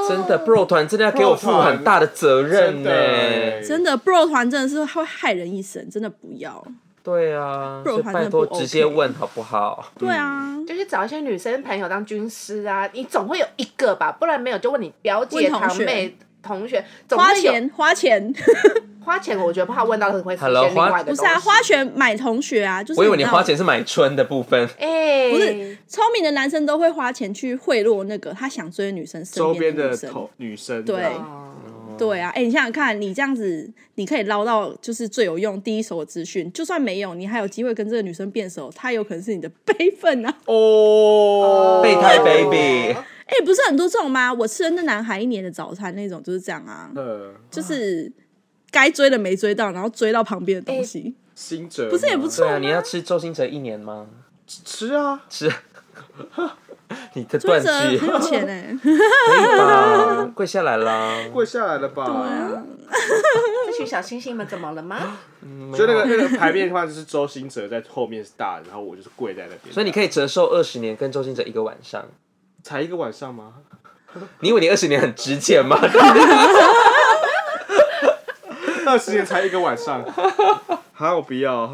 真的 bro 团真的要给我负很大的责任
真
呢、
的
真的 bro 团真的是会害人一生，真的不要。
嗯对啊，
bro
所以
团
拜
真的不
托
OK
直接问好不好？
对啊，
就去找一些女生朋友当军师啊，你总会有一个吧，不然没有就问你表姐、
问同
堂
学
妹、同学，总
花
会有
钱花钱
花钱，我觉得怕问到会出
Hello，
现另外
花
一个
不是啊，
东西
花钱买同学啊，就是
我以为你
知道
花，钱是买春的部分，
哎、
不是聪明的男生都会花钱去贿赂那个他想追的女生身
周边
的
的
女生。
头女生
对
这样
哦
对啊，哎、你想想看，你这样子，你可以捞到就是最有用第一手的资讯，就算没有，你还有机会跟这个女生变熟，她有可能是你的 辈分啊。
哦，
备胎 baby，
哎、不是很多这种吗？我吃了那男孩一年的早餐那种就是这样啊，
呃，
就是该追的没追到，然后追到旁边的东西。
新哲
不是也
吗
不错
对啊，你要吃周星哲一年吗？
吃啊，
吃， 你的
追
断
着
句
很有
可
钱哎、
以吧？跪下来啦！
跪下来了
啊
吧？
这群小星星们怎么了吗？
所以那个那个牌面的话，就是周星哲在后面是大的，然后我就是跪在那边，
所以你可以折寿二十年，跟周星哲一个晚上。
才一个晚上吗？
你以为你二十年很值钱 吗？
二十年才一个晚 上，哈，我不要，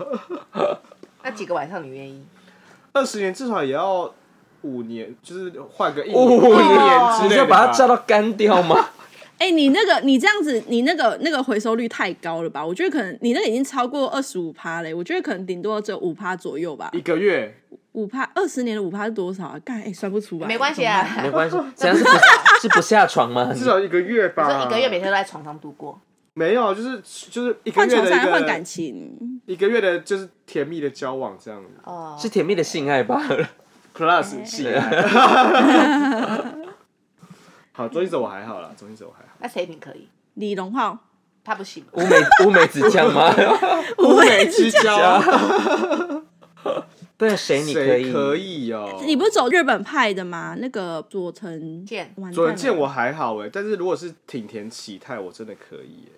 那几个晚上你愿意？
二十年至少也要五年，就是换个一
五
年一年之
你
类
就
的吧，
把它叫到干掉吗？
哎、你那个你这样子，你那个那个回收率太高了吧？我觉得可能你那个已经超过二十五趴嘞，我觉得可能顶多只有五趴左右吧
一。个月
五趴，二十年的五趴是多少啊？干，哎、算不出来。
没关系
怎么办。
啊，
没关系，这样是不是不下床 吗？
至少一个月
我
吧，
说一个月每天都在床上度过，
没有，就是就是一个
换
月
床
的
上还
一
换感
个
情，
一个月的就是甜蜜的交往这样子
哦，
是甜蜜的性爱吧？
哎
，plus 性爱。啊 好，周星哲我还好啦，周星哲我还好，
那谁你可以，
李荣浩，
他不行。
乌梅乌梅子酱 吗？
我
美之交
对，谁哎你可
谁
以？
可以哦？
哎你不是走日本派的吗？那个佐藤
健
完蛋了
左仁健我还好哎，但是如果是挺田启泰，我真的可以哎。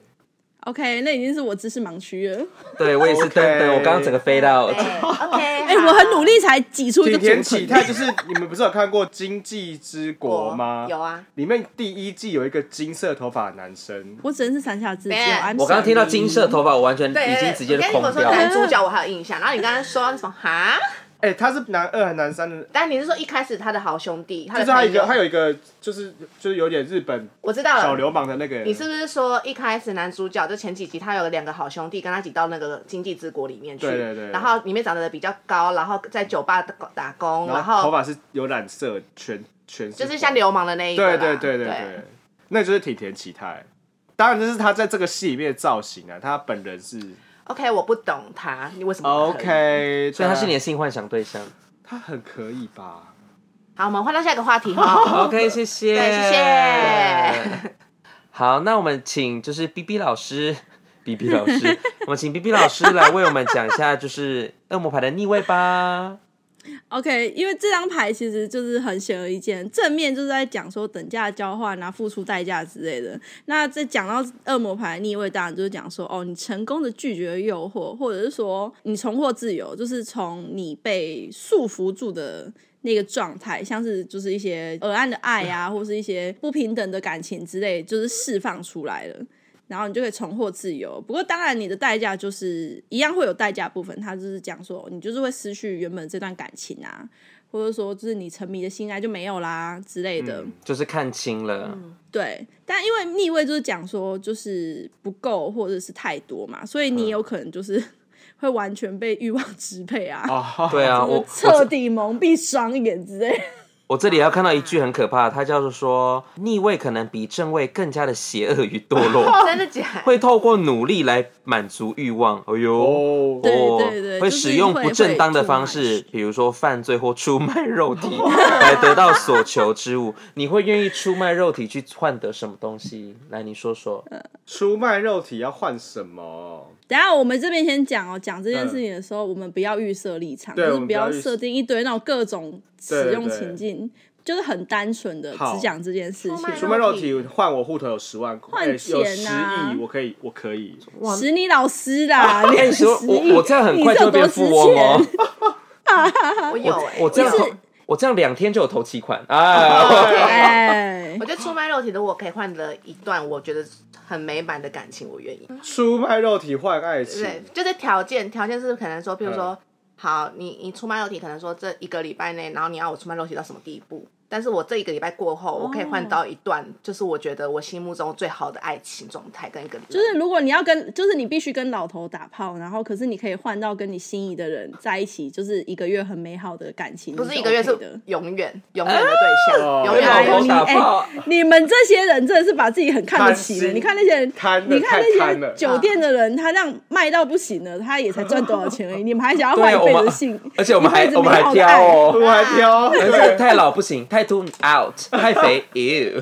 OK，那已经是我知识盲区了。
对我也是
OK
等等，我刚刚整个飞到
对 ，OK，
哎、
哎
我很努力才挤出一个
挺
佐
田
藤
启泰就是 你们不是有看过《经济之国》吗？
有啊，
里面第一季有一个金色头发的男生，
我只能是山下智久。哦
Man，
I'm
我刚刚听到
sorry
金色头发，我完全
对，
已经直接就空
我跟你说
掉了。
男主角我还有印象，然后你刚刚说什么哈？
哎、他是男二还是男三的？
但你是说一开始他的好兄弟，他
就
的
是他一
朋友
个，他有一个，就是就是有点日本
我知道了，
小流氓的那个。
你是不是说一开始男主角就前几集他有两个好兄弟跟他一起到那个经济之国里面去，
对对对
然后里面长得比较高，然后在酒吧打工，然
然后头
后
发是有染色，全全
就是
黄
像。流氓的那一个啦，
对对对对
对
对，那就是挺田启泰。当然，这是他在这个戏里面的造型啊，他本人是
OK，我不懂他，你为什么可以
OK，
所以他是你的
连
性幻想对象。
他很可以吧？
好，我们换到下一个话题哈。
OK，谢谢，
哦对谢谢。
好，那我们请就是 B B 老师，B B 老 师，我们请 B B 老师来为我们讲一下就是恶魔牌的逆位吧。
OK，因为这张牌其实就是很显而易见，正面就是在讲说等价交换啊、付出代价之类的。那在讲到恶魔牌逆位，当然就是讲说，哦，你成功的拒绝诱惑，或者是说你重获自由，就是从你被束缚住的那个状态，像是就是一些恶暗的爱啊，或是一些不平等的感情之类，就是释放出来了。然后你就可以重获自由。不过当然，你的代价就是一样会有代价部分，它就是讲说你就是会失去原本这段感情啊，或者说就是你沉迷的性爱就没有啦之类的。
嗯
就是看清了，
嗯
对，但因为逆位就是讲说就是不够或者是太多嘛，所以
嗯
你有可能就是 会完全被欲望 支配啊。
哦，
对啊，我
彻底蒙蔽双眼之类的，
我这里还要看到一句很可怕的，它叫做说逆位可能比正位更加的邪恶与堕 落，
真的假的？
会透过努力来满足欲望。哎呦。
哦，
对
哦
对对
会
就是
使用
会
不正当的方
会
式
出，
比如说犯罪或出卖肉体 来得到所求之物。你会愿意出卖肉体去换得什么东西？来，你说说。
呃
出卖肉体要换什么？
等一下我们这边先讲哦，讲这
嗯
件事情的时候，我们不要预设立场，
对
就
我
是
们
不
不要
要
预设
设定一堆那种各种使用
对对
情境，就是很单纯的
好
只讲这件事
出卖
情。
出卖肉体换我户头有十万，
换
哎有
钱
十
啊
亿，我可以，我可以。
使你老师啦，你
哎、你
很
说我我这样很快就会变富翁哦，
我有哎，
我这样
你是
我这样两天就有头期款啊！
哎
我，觉得出卖肉体的我可以换得一段我觉得很美满的感情，我愿意。
出卖肉体换爱情，
对，就是条件，条件是可能说，譬如说，好，你你出卖肉体，可能说这一个礼拜内，然后你要我出卖肉体到什么地步？但是我这一个礼拜过后，我可以换到一段，就是我觉得我心目中最好的爱情状态跟一个，
就是如果你要跟，就是你必须跟老头打炮，然后可是你可以换到跟你心仪的人在一起，就是一个月很美好的感情，
不是
你
一个月
OK
是
的。
永远永远的对象，
哦
永
跟
远
哎
老
的对
呀
公
你
象。
打
哎
炮，
你们这些人真的是把自己很看不起了。
贪心
你看那些人，
贪的
你看
太
那
贪
些
了
啊
酒店的人，他让卖到不行了，他也才赚多 少钱而已。你们还想要
对
换
啊
一辈
我
子
们
性？
而且我们
一
还
辈子
我们
美好
还
的
挑
爱
哦，
我还挑，
可是
对，
太老不行，太秃 out，太肥 ew。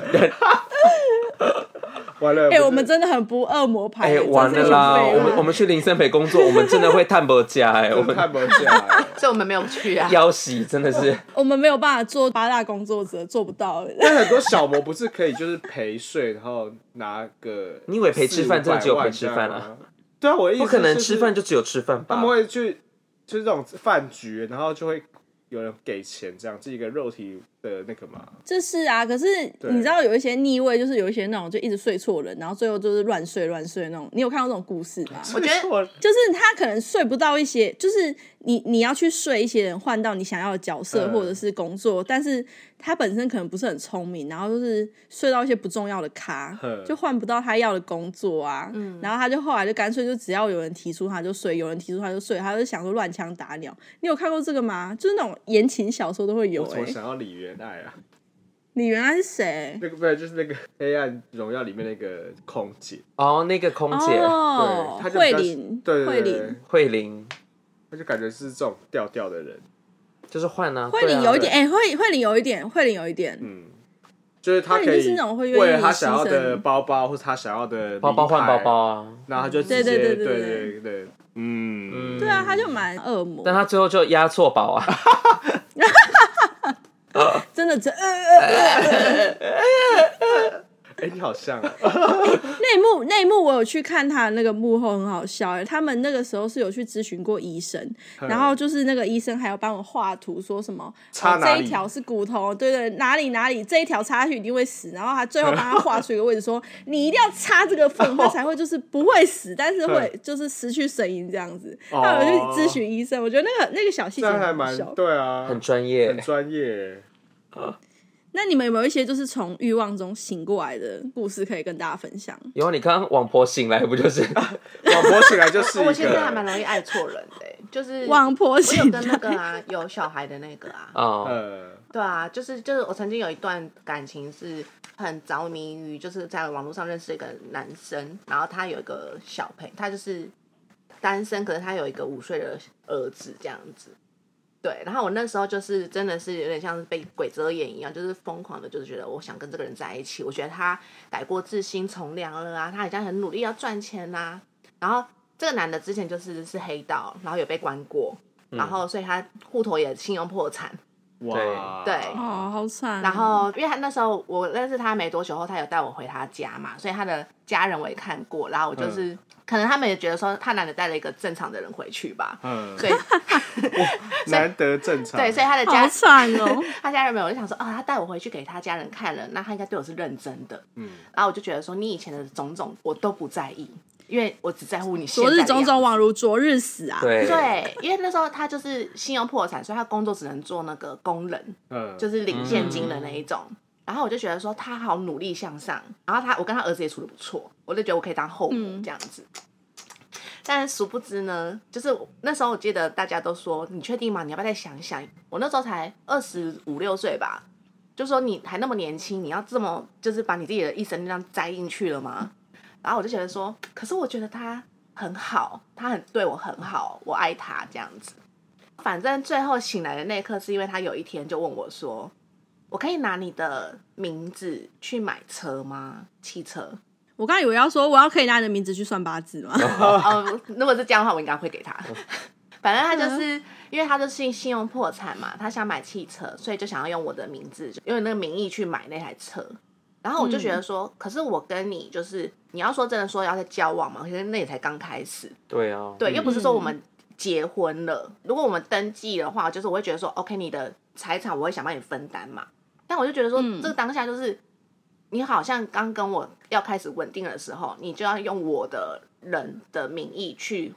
完了，
哎、
不是
我们真的很不恶魔牌，
哎、
真是
完了啦！
一群废物
我们我们去林森北工作，我们真的会探伯家哎、我
真的
们
看不下来。
所以我们没有去 啊。
腰洗真的是。
我们没有办法做八大工作者，做不到。
但很多小模不是可以就是陪睡，然后拿个
你以为陪吃饭真的只有陪吃
400
饭啊
万这样吗？对啊，我的意思
不可能
就是
吃饭就只有吃饭吧？
他们会去就是这种饭局，然后就会有人给钱，这样是一个肉体的那个嘛？
这是啊，可是
对
你知道有一些逆位，就是有一些那种就一直睡错人，然后最后就是乱睡乱睡那种。你有看到这种故事吗？
我觉得
得
就是他可能睡不到一些，就是你你要去睡一些人，换到你想要的角色
嗯
或者是工作，但是他本身可能不是很聪明，然后就是睡到一些不重要的咖
嗯，
就换不到他要的工作啊。然后他就后来就干脆就只要有人提出他就睡，有人提出他就睡，他就想说乱枪打鸟。你有看过这个吗？就是那种言情小说都会有
我怎
哎、
么想到李元爱啊？
你原来是谁？
那个不是就是那个《黑暗荣耀》里面那个空姐，
哦，那个空姐
哦
对，他就比
慧
较
玲，
对
慧
对对
玲
对，，
慧玲，
他就感觉是这种调调的人，
就是换啊，
慧
对
玲
啊
有一点，哎、慧慧玲有一点，慧玲有一点，
嗯，就是他
那你
可
就是
以
那种会愿意
为了他想要
牺牲
的包包或者他想要的
包包
名牌
换包，包啊，
然后他就直接
对对对
对
对
对对，嗯，
对啊，他就蛮恶魔，
但他最后就押错宝啊，
真的真呃呃呃
哎，你好像啊，
内幕内幕，我有去看他的那个幕后，很好笑哎、他们那个时候是有去咨询过医生，然后就是那个医生还有帮我画图，说什么
插
哦
哪
这
里
一条是骨头，对对，哪里哪里这一条插下去一定会死，然后他最后帮他画出一个位 置说，你一定要插这个缝，它才会就是不会死，但是会就是失去声音这样子。
哦
他有去咨询医生，我觉得那个那个小细节
这样还
很好
蛮
笑。
对啊，
很专业
很。专业。
那你们有没有一些就是从欲望中醒过来的故事可以跟大家分享？
然啊后你刚刚网婆醒来不就是？
网婆起来就是一个，
哦我现在还蛮容易爱错人的、欸就是
网婆
我有
醒
跟那个啊有小孩的那个啊，
哦，
呃，
对啊，就是就是我曾经有一段感情是很着迷于，就是在网络上认识一个男生，然后他有一个小朋他就是单身，可是他有一个五岁的儿子这样子。对，然后我那时候就是真的是有点像是被鬼遮眼一样，就是疯狂的，就是觉得我想跟这个人在一起，我觉得他改过自新、从良了啊，他好像很努力要赚钱啦、然后这个男的之前就是是黑道，然后有被关过，然后所以他户头也信用破产，
哇，
对
哦，好惨哦。
然后，因为他那时候我认识他没多久后，他有带我回他家嘛，所以他的家人我也看过，然后我就是、可能他们也觉得说他难得带了一个正常的人回去 吧，
嗯，
所以
难得正常，
对，所以他的
好
家
惨哦！
他家人没有，我就想说啊、他带我回去给他家人看了，那他应该对我是认真的，嗯，然后我就觉得说你以前的种种我都不在意，因为我只在乎你 现
昨
在的
日
样
种
子
种，宛如昨日死啊！
对，
对，因为那时候他就是信用破产，所以他工作只能做那个工人，
嗯，
就是领现金的那一种。然后我就觉得说他好努力向上，然后他我跟他儿子也处的不错，我就觉得我可以当后母这样子。但殊不知呢，就是那时候我记得大家都说你确定吗？你要不要再想想？我那时候才二十五六岁吧，就说你还那么年轻，你要这么就是把你自己的一生这样栽进去了吗？然后我就觉得说，可是我觉得他很好，他很对我很好，我爱他这样子。反正最后醒来的那一刻，是因为他有一天就问我说：“我可以拿你的名字去买车吗？汽车
我刚以为要说我要可以拿你的名字去算八字嘛，？”
哦，如果是这样的话，我应该会给他。 反正他就是因为他就是信信用破产嘛，他想买汽车，所以就想要用我的名字，就用那个名义去买那台车。然后我就觉得说，可是我跟你就是你要说真的说要在交往嘛，可是那也才刚开始，
对啊，
对，又不是说
嗯
我们结婚了，如果我们登记的话，就是我会觉得说，OK，你的财产我会想帮你分担嘛。但我就觉得说，
嗯
这个当下就是你好像刚跟我要开始稳定的时候，你就要用我的人的名义去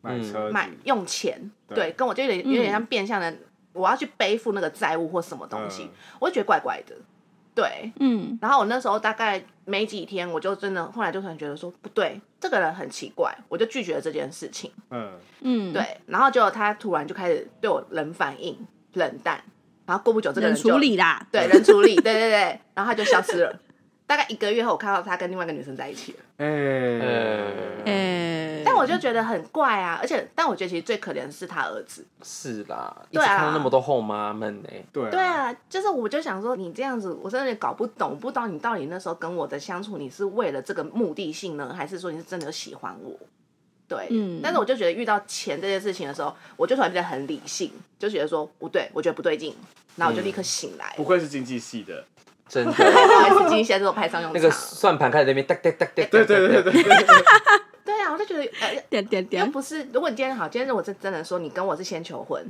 买车子嗯
买用钱，
对
对，跟我就有点有点
嗯
像变相的，我要去背负那个债务或什么东西
嗯，
我就觉得怪怪的，对。
嗯，
然后我那时候大概没几天，我就真的后来就突然觉得说不对，这个人很奇怪，我就拒绝了这件事情。
嗯，
嗯，，
对，然后结果他突然就开始对我冷反应、冷淡，然后过不久这个
冷
人就
处理啦。
对冷处理， 对对对，然后他就消失了。大概一个月后，我看到他跟另外一个女生在一起了，
哎，
呃，
哎，
但我就觉得很怪啊，而且但我觉得其实最可怜的是他儿子。
是啦，一直
对啊
看到那么多后妈们哎，
对
对
啊，
啊，就是我就想说你这样子，我真的有点搞不懂，不懂你到底那时候跟我的相处，你是为了这个目的性呢，还是说你是真的有喜欢我？对，
嗯
但是我就觉得遇到钱这件事情的时候，我就突然变得很理性，就觉得说不对，我觉得不对劲，然后我就立刻醒来。
不愧是经济系的，
真的，
不好意思，今天现在这种 派上用
那
场。
个算盘开始在那边哒哒哒哒，
对对对对对对，
对啊，我就觉得，呃，
点点
又
点，
不是，如果你今天好，今天如果真真的说你跟我是先求婚，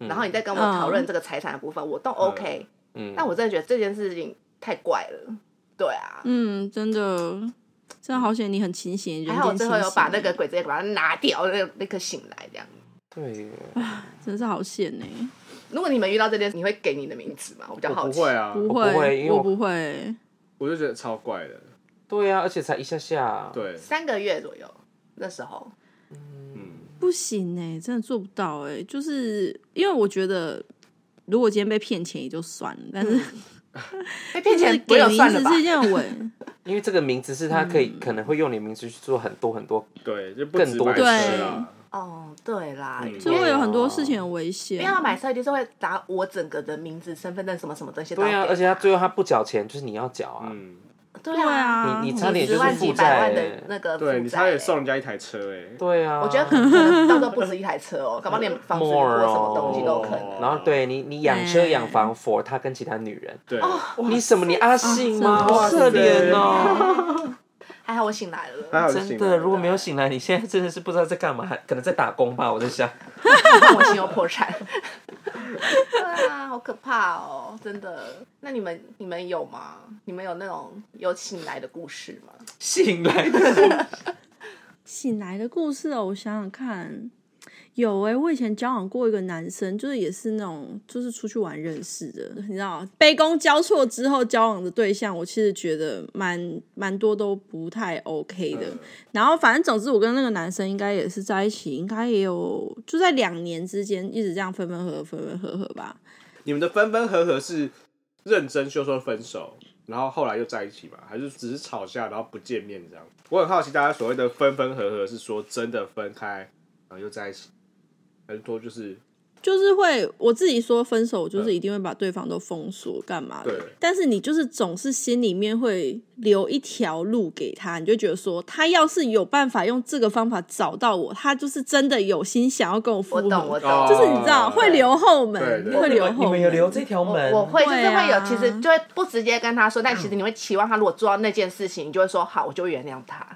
然后你再跟我讨论这个财产的部分，我都 OK。
嗯，
但我真的觉得这件事情太怪了，对啊。
嗯，真的，真的好险，你很清醒，人
还好我
间
最
清
后有
醒
把那个鬼直接把它拿掉，那立刻醒来这样。
对耶，
真是好险呢、
如果你们遇到这件事，你会给你的名字吗？我比较
我
好
不
奇。
会啊，
不
不
会，
会因为
我
我
不会、
我就觉得超怪的。
对啊，而且才一下下，，
对，
三个月左右那时候，
嗯，
不行哎、真的做不到哎、就是因为我觉得，如果今天被骗钱也就算了，但是
被嗯骗
就是
钱不
给
有
名
算了
字
吧？
是一件伪，
因为这个名字是他可以、可能会用你的名字去做很多很多，
对，就不
更
止
多
白
的
痴
对
啦。
哦，对啦，
嗯
因
就
为
会 有很多事情的危险
因为。他买车一定是会打我整个的名字、身份证什么什么这些都要
对啊，
给
而且他最后他不缴钱，就是你要缴啊，
嗯，
对
对
啊，
啊，
你你差点
十
就
万
是
几
负
百
债
万
欸、
的那个
对
负
你
债
差点
欸
送人家一台车哎。
对啊，
我觉得可能到时候不止一台车哦，搞不 好连房子或
More
什
哦
么东西都有可能。
然后对你，你养车养
哎
房，for 他跟其他女人，
对，
哦
你什么？你阿信吗？
哇
好
塞
可怜哦！
还好我醒来
还
了，
好就
真
醒
的，
了
如果没有醒来，你现在真的是不知道在干嘛，还可能在打工吧？我在 想，
我心又破产。对啊，好可怕哦，真的。那你们你们有吗？你们有那种有醒来的故事吗？
醒来的
醒来的故事哦，我想想看，有哎、我以前交往过一个男生，就是也是那种就是出去玩认识的，你知道，杯弓交错之后交往的对象，我其实觉得蛮蛮多都不太 OK
嗯
的。然后反正总之，我跟那个男生应该也是在一起，应该也有就在两年之间一直这样分分合合，分分合合吧。
你们的分分合合是认真就说分手，然后后来又在一起嘛？还是只是吵架然后不见面这样？我很好奇，大家所谓的分分合合是说真的分开，然后又在一起，还是说就是
就是会我自己说分手，我就是一定会把对方都封锁干嘛的
对。
但是你就是总是心里面会留一条路给他，你就觉得说他要是有办法用这个方法找到我，他就是真的有心想要跟我复
我懂，我
合，
懂。
哦
就是你知道
哦
会留后门
对，对
会留
你
后
们有留
门。
这条
我
门？
我会就是
对啊
会有，其实就会不直接跟他说，但其实你会期望他如果做到那件事情，你就会说好，我就原谅他。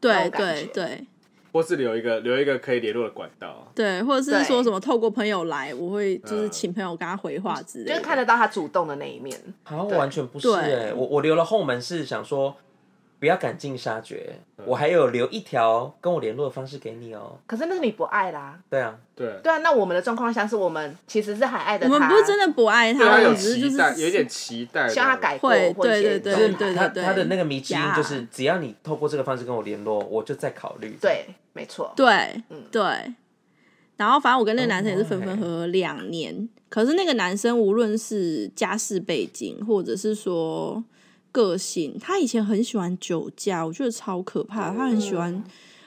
对
种感
对
觉
对
或是留一个留一个可以联络的管道？
对，或者
对
是说什么透过朋友来，我会就是
嗯
请朋友跟他回话之类
就
的。
是看得到他主动的那一面。
好像完全不是
对
哎、我我留了后门是想说，不要赶尽杀绝，
嗯
我还有留一条跟我联络的方式给你哦。
可是那是你不爱啦。
对啊，
对，
对啊，那我们的状况下是我们其实是还爱着
我
他，
们不是真的不爱
对他
他，
有
我只是就
期
是
待，有一点期待，
希望他改。过，
会
或一些
对
就是
对对
他
对
他的那个迷之音
呀
就是，只要你透过这个方式跟我联络，我就再考虑。，
对，没错。
对，
嗯哦
对。然后反正我跟那个男生也是分分合合两年，可是那个男生无论是家世背景，或者是说个性，他以前很喜欢酒驾，我觉得超可怕。他很喜欢，
哦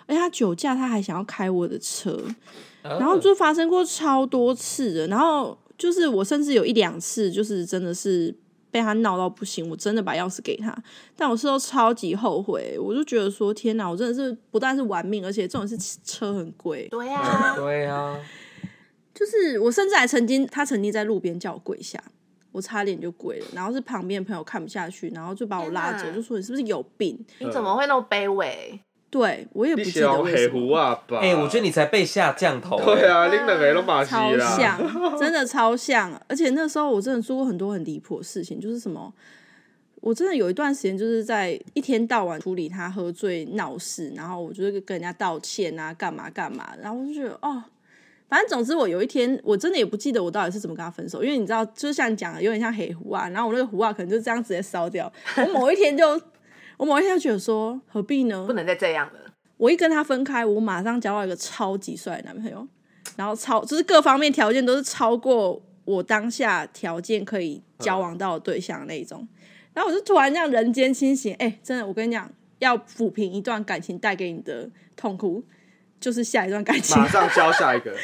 而且他酒驾，他还想要开我的车，然
然
嗯
后就发生过超多次的。然后就是我甚至有一两次，就是真的是被他闹到不行，我真的把钥匙给他，但我事后超级后悔，我就觉得说天哪，我真的是不但是玩命，而且这种是车很贵，
对 呀，
对啊，
就是我甚至还曾经，他曾经在路边叫我跪下，我差点就跪了。然后是旁边朋友看不下去，然后就把我拉
天
走，
哪
就说你是不是有病？
你怎么会那么卑微？
对我也不
你
记
想
得
要
为什
黑胡
么，
啊吧？
哎、我觉得你才被下降头、欸。
对啊，拎的没了马西
超
啦。
像，真的超像。而且那时候我真的做过很多很离谱的事情，就是什么。我真的有一段时间就是在一天到晚处理他喝醉闹事，然后我就是跟人家道歉啊，干嘛干嘛，然后我就觉得哦，反正总之我有一天我真的也不记得我到底是怎么跟他分手，因为你知道，就像你讲的，有点像黑胡啊，然后我那个胡啊可能就这样直接烧掉。我某一天就，我某一天就觉得说何必呢
不？能再这 样了。
我一跟他分开，我马上交到一个超级帅的男朋友，然后超就是各方面条件都是超过我当下条件可以交往到的对象那一种。然后我就突然这样人间清醒，哎、真的，我跟你讲，要抚平一段感情带给你的痛苦，就是下一段感情
马。上教下一个，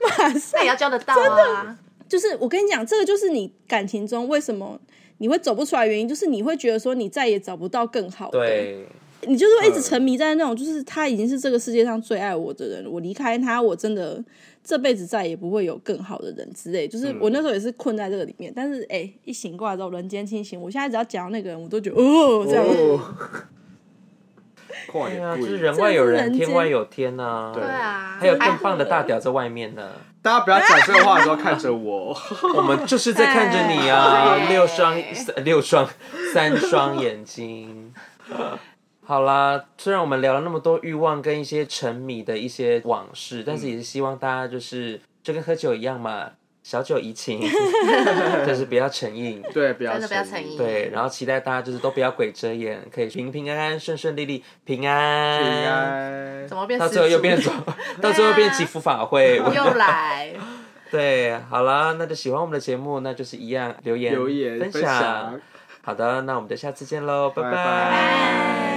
那也要交得到啊。
就是我跟你讲，这个就是你感情中为什么你会走不出来的原因，就是你会觉得说你再也找不到更好的。
对，
你就是会一直沉迷在那种，就是他已经是这个世界上最爱我的人了，我离开他，我真的这辈子再也不会有更好的人之类。就是我那时候也是困在这个里面，但是哎、一醒过来之后人间清醒，我现在只要讲到那个人，我都觉得哦， 这样子
哦，跨
对
也
啊，
不
就是
一
人外有人，
这就是人间
天外有天呐、啊。
对
对啊，
还有更棒的大屌在外面呢。
大家不要讲这话的时候看着我，
我们就是在看着你啊，
哎
六双三六双三双眼睛。 好啦，虽然我们聊了那么多欲望跟一些沉迷的一些往事，但是也是希望大家就是就跟喝酒一样嘛， 小酒 怡情，就是不要成瘾。
对，不要
真的不要
诚意
诚意
对，然后期待大家就是都不要鬼遮眼，可以平平安安、顺顺利利、平安。
平。安啊
怎么变
到
失
最后又
主
变走， 到最后变祈福法会。
又来，
对，好啦，那就喜欢我们的节目，那就是一样留言、
留言
分
分享。
好的，那我们就下次见喽，拜
拜拜
拜。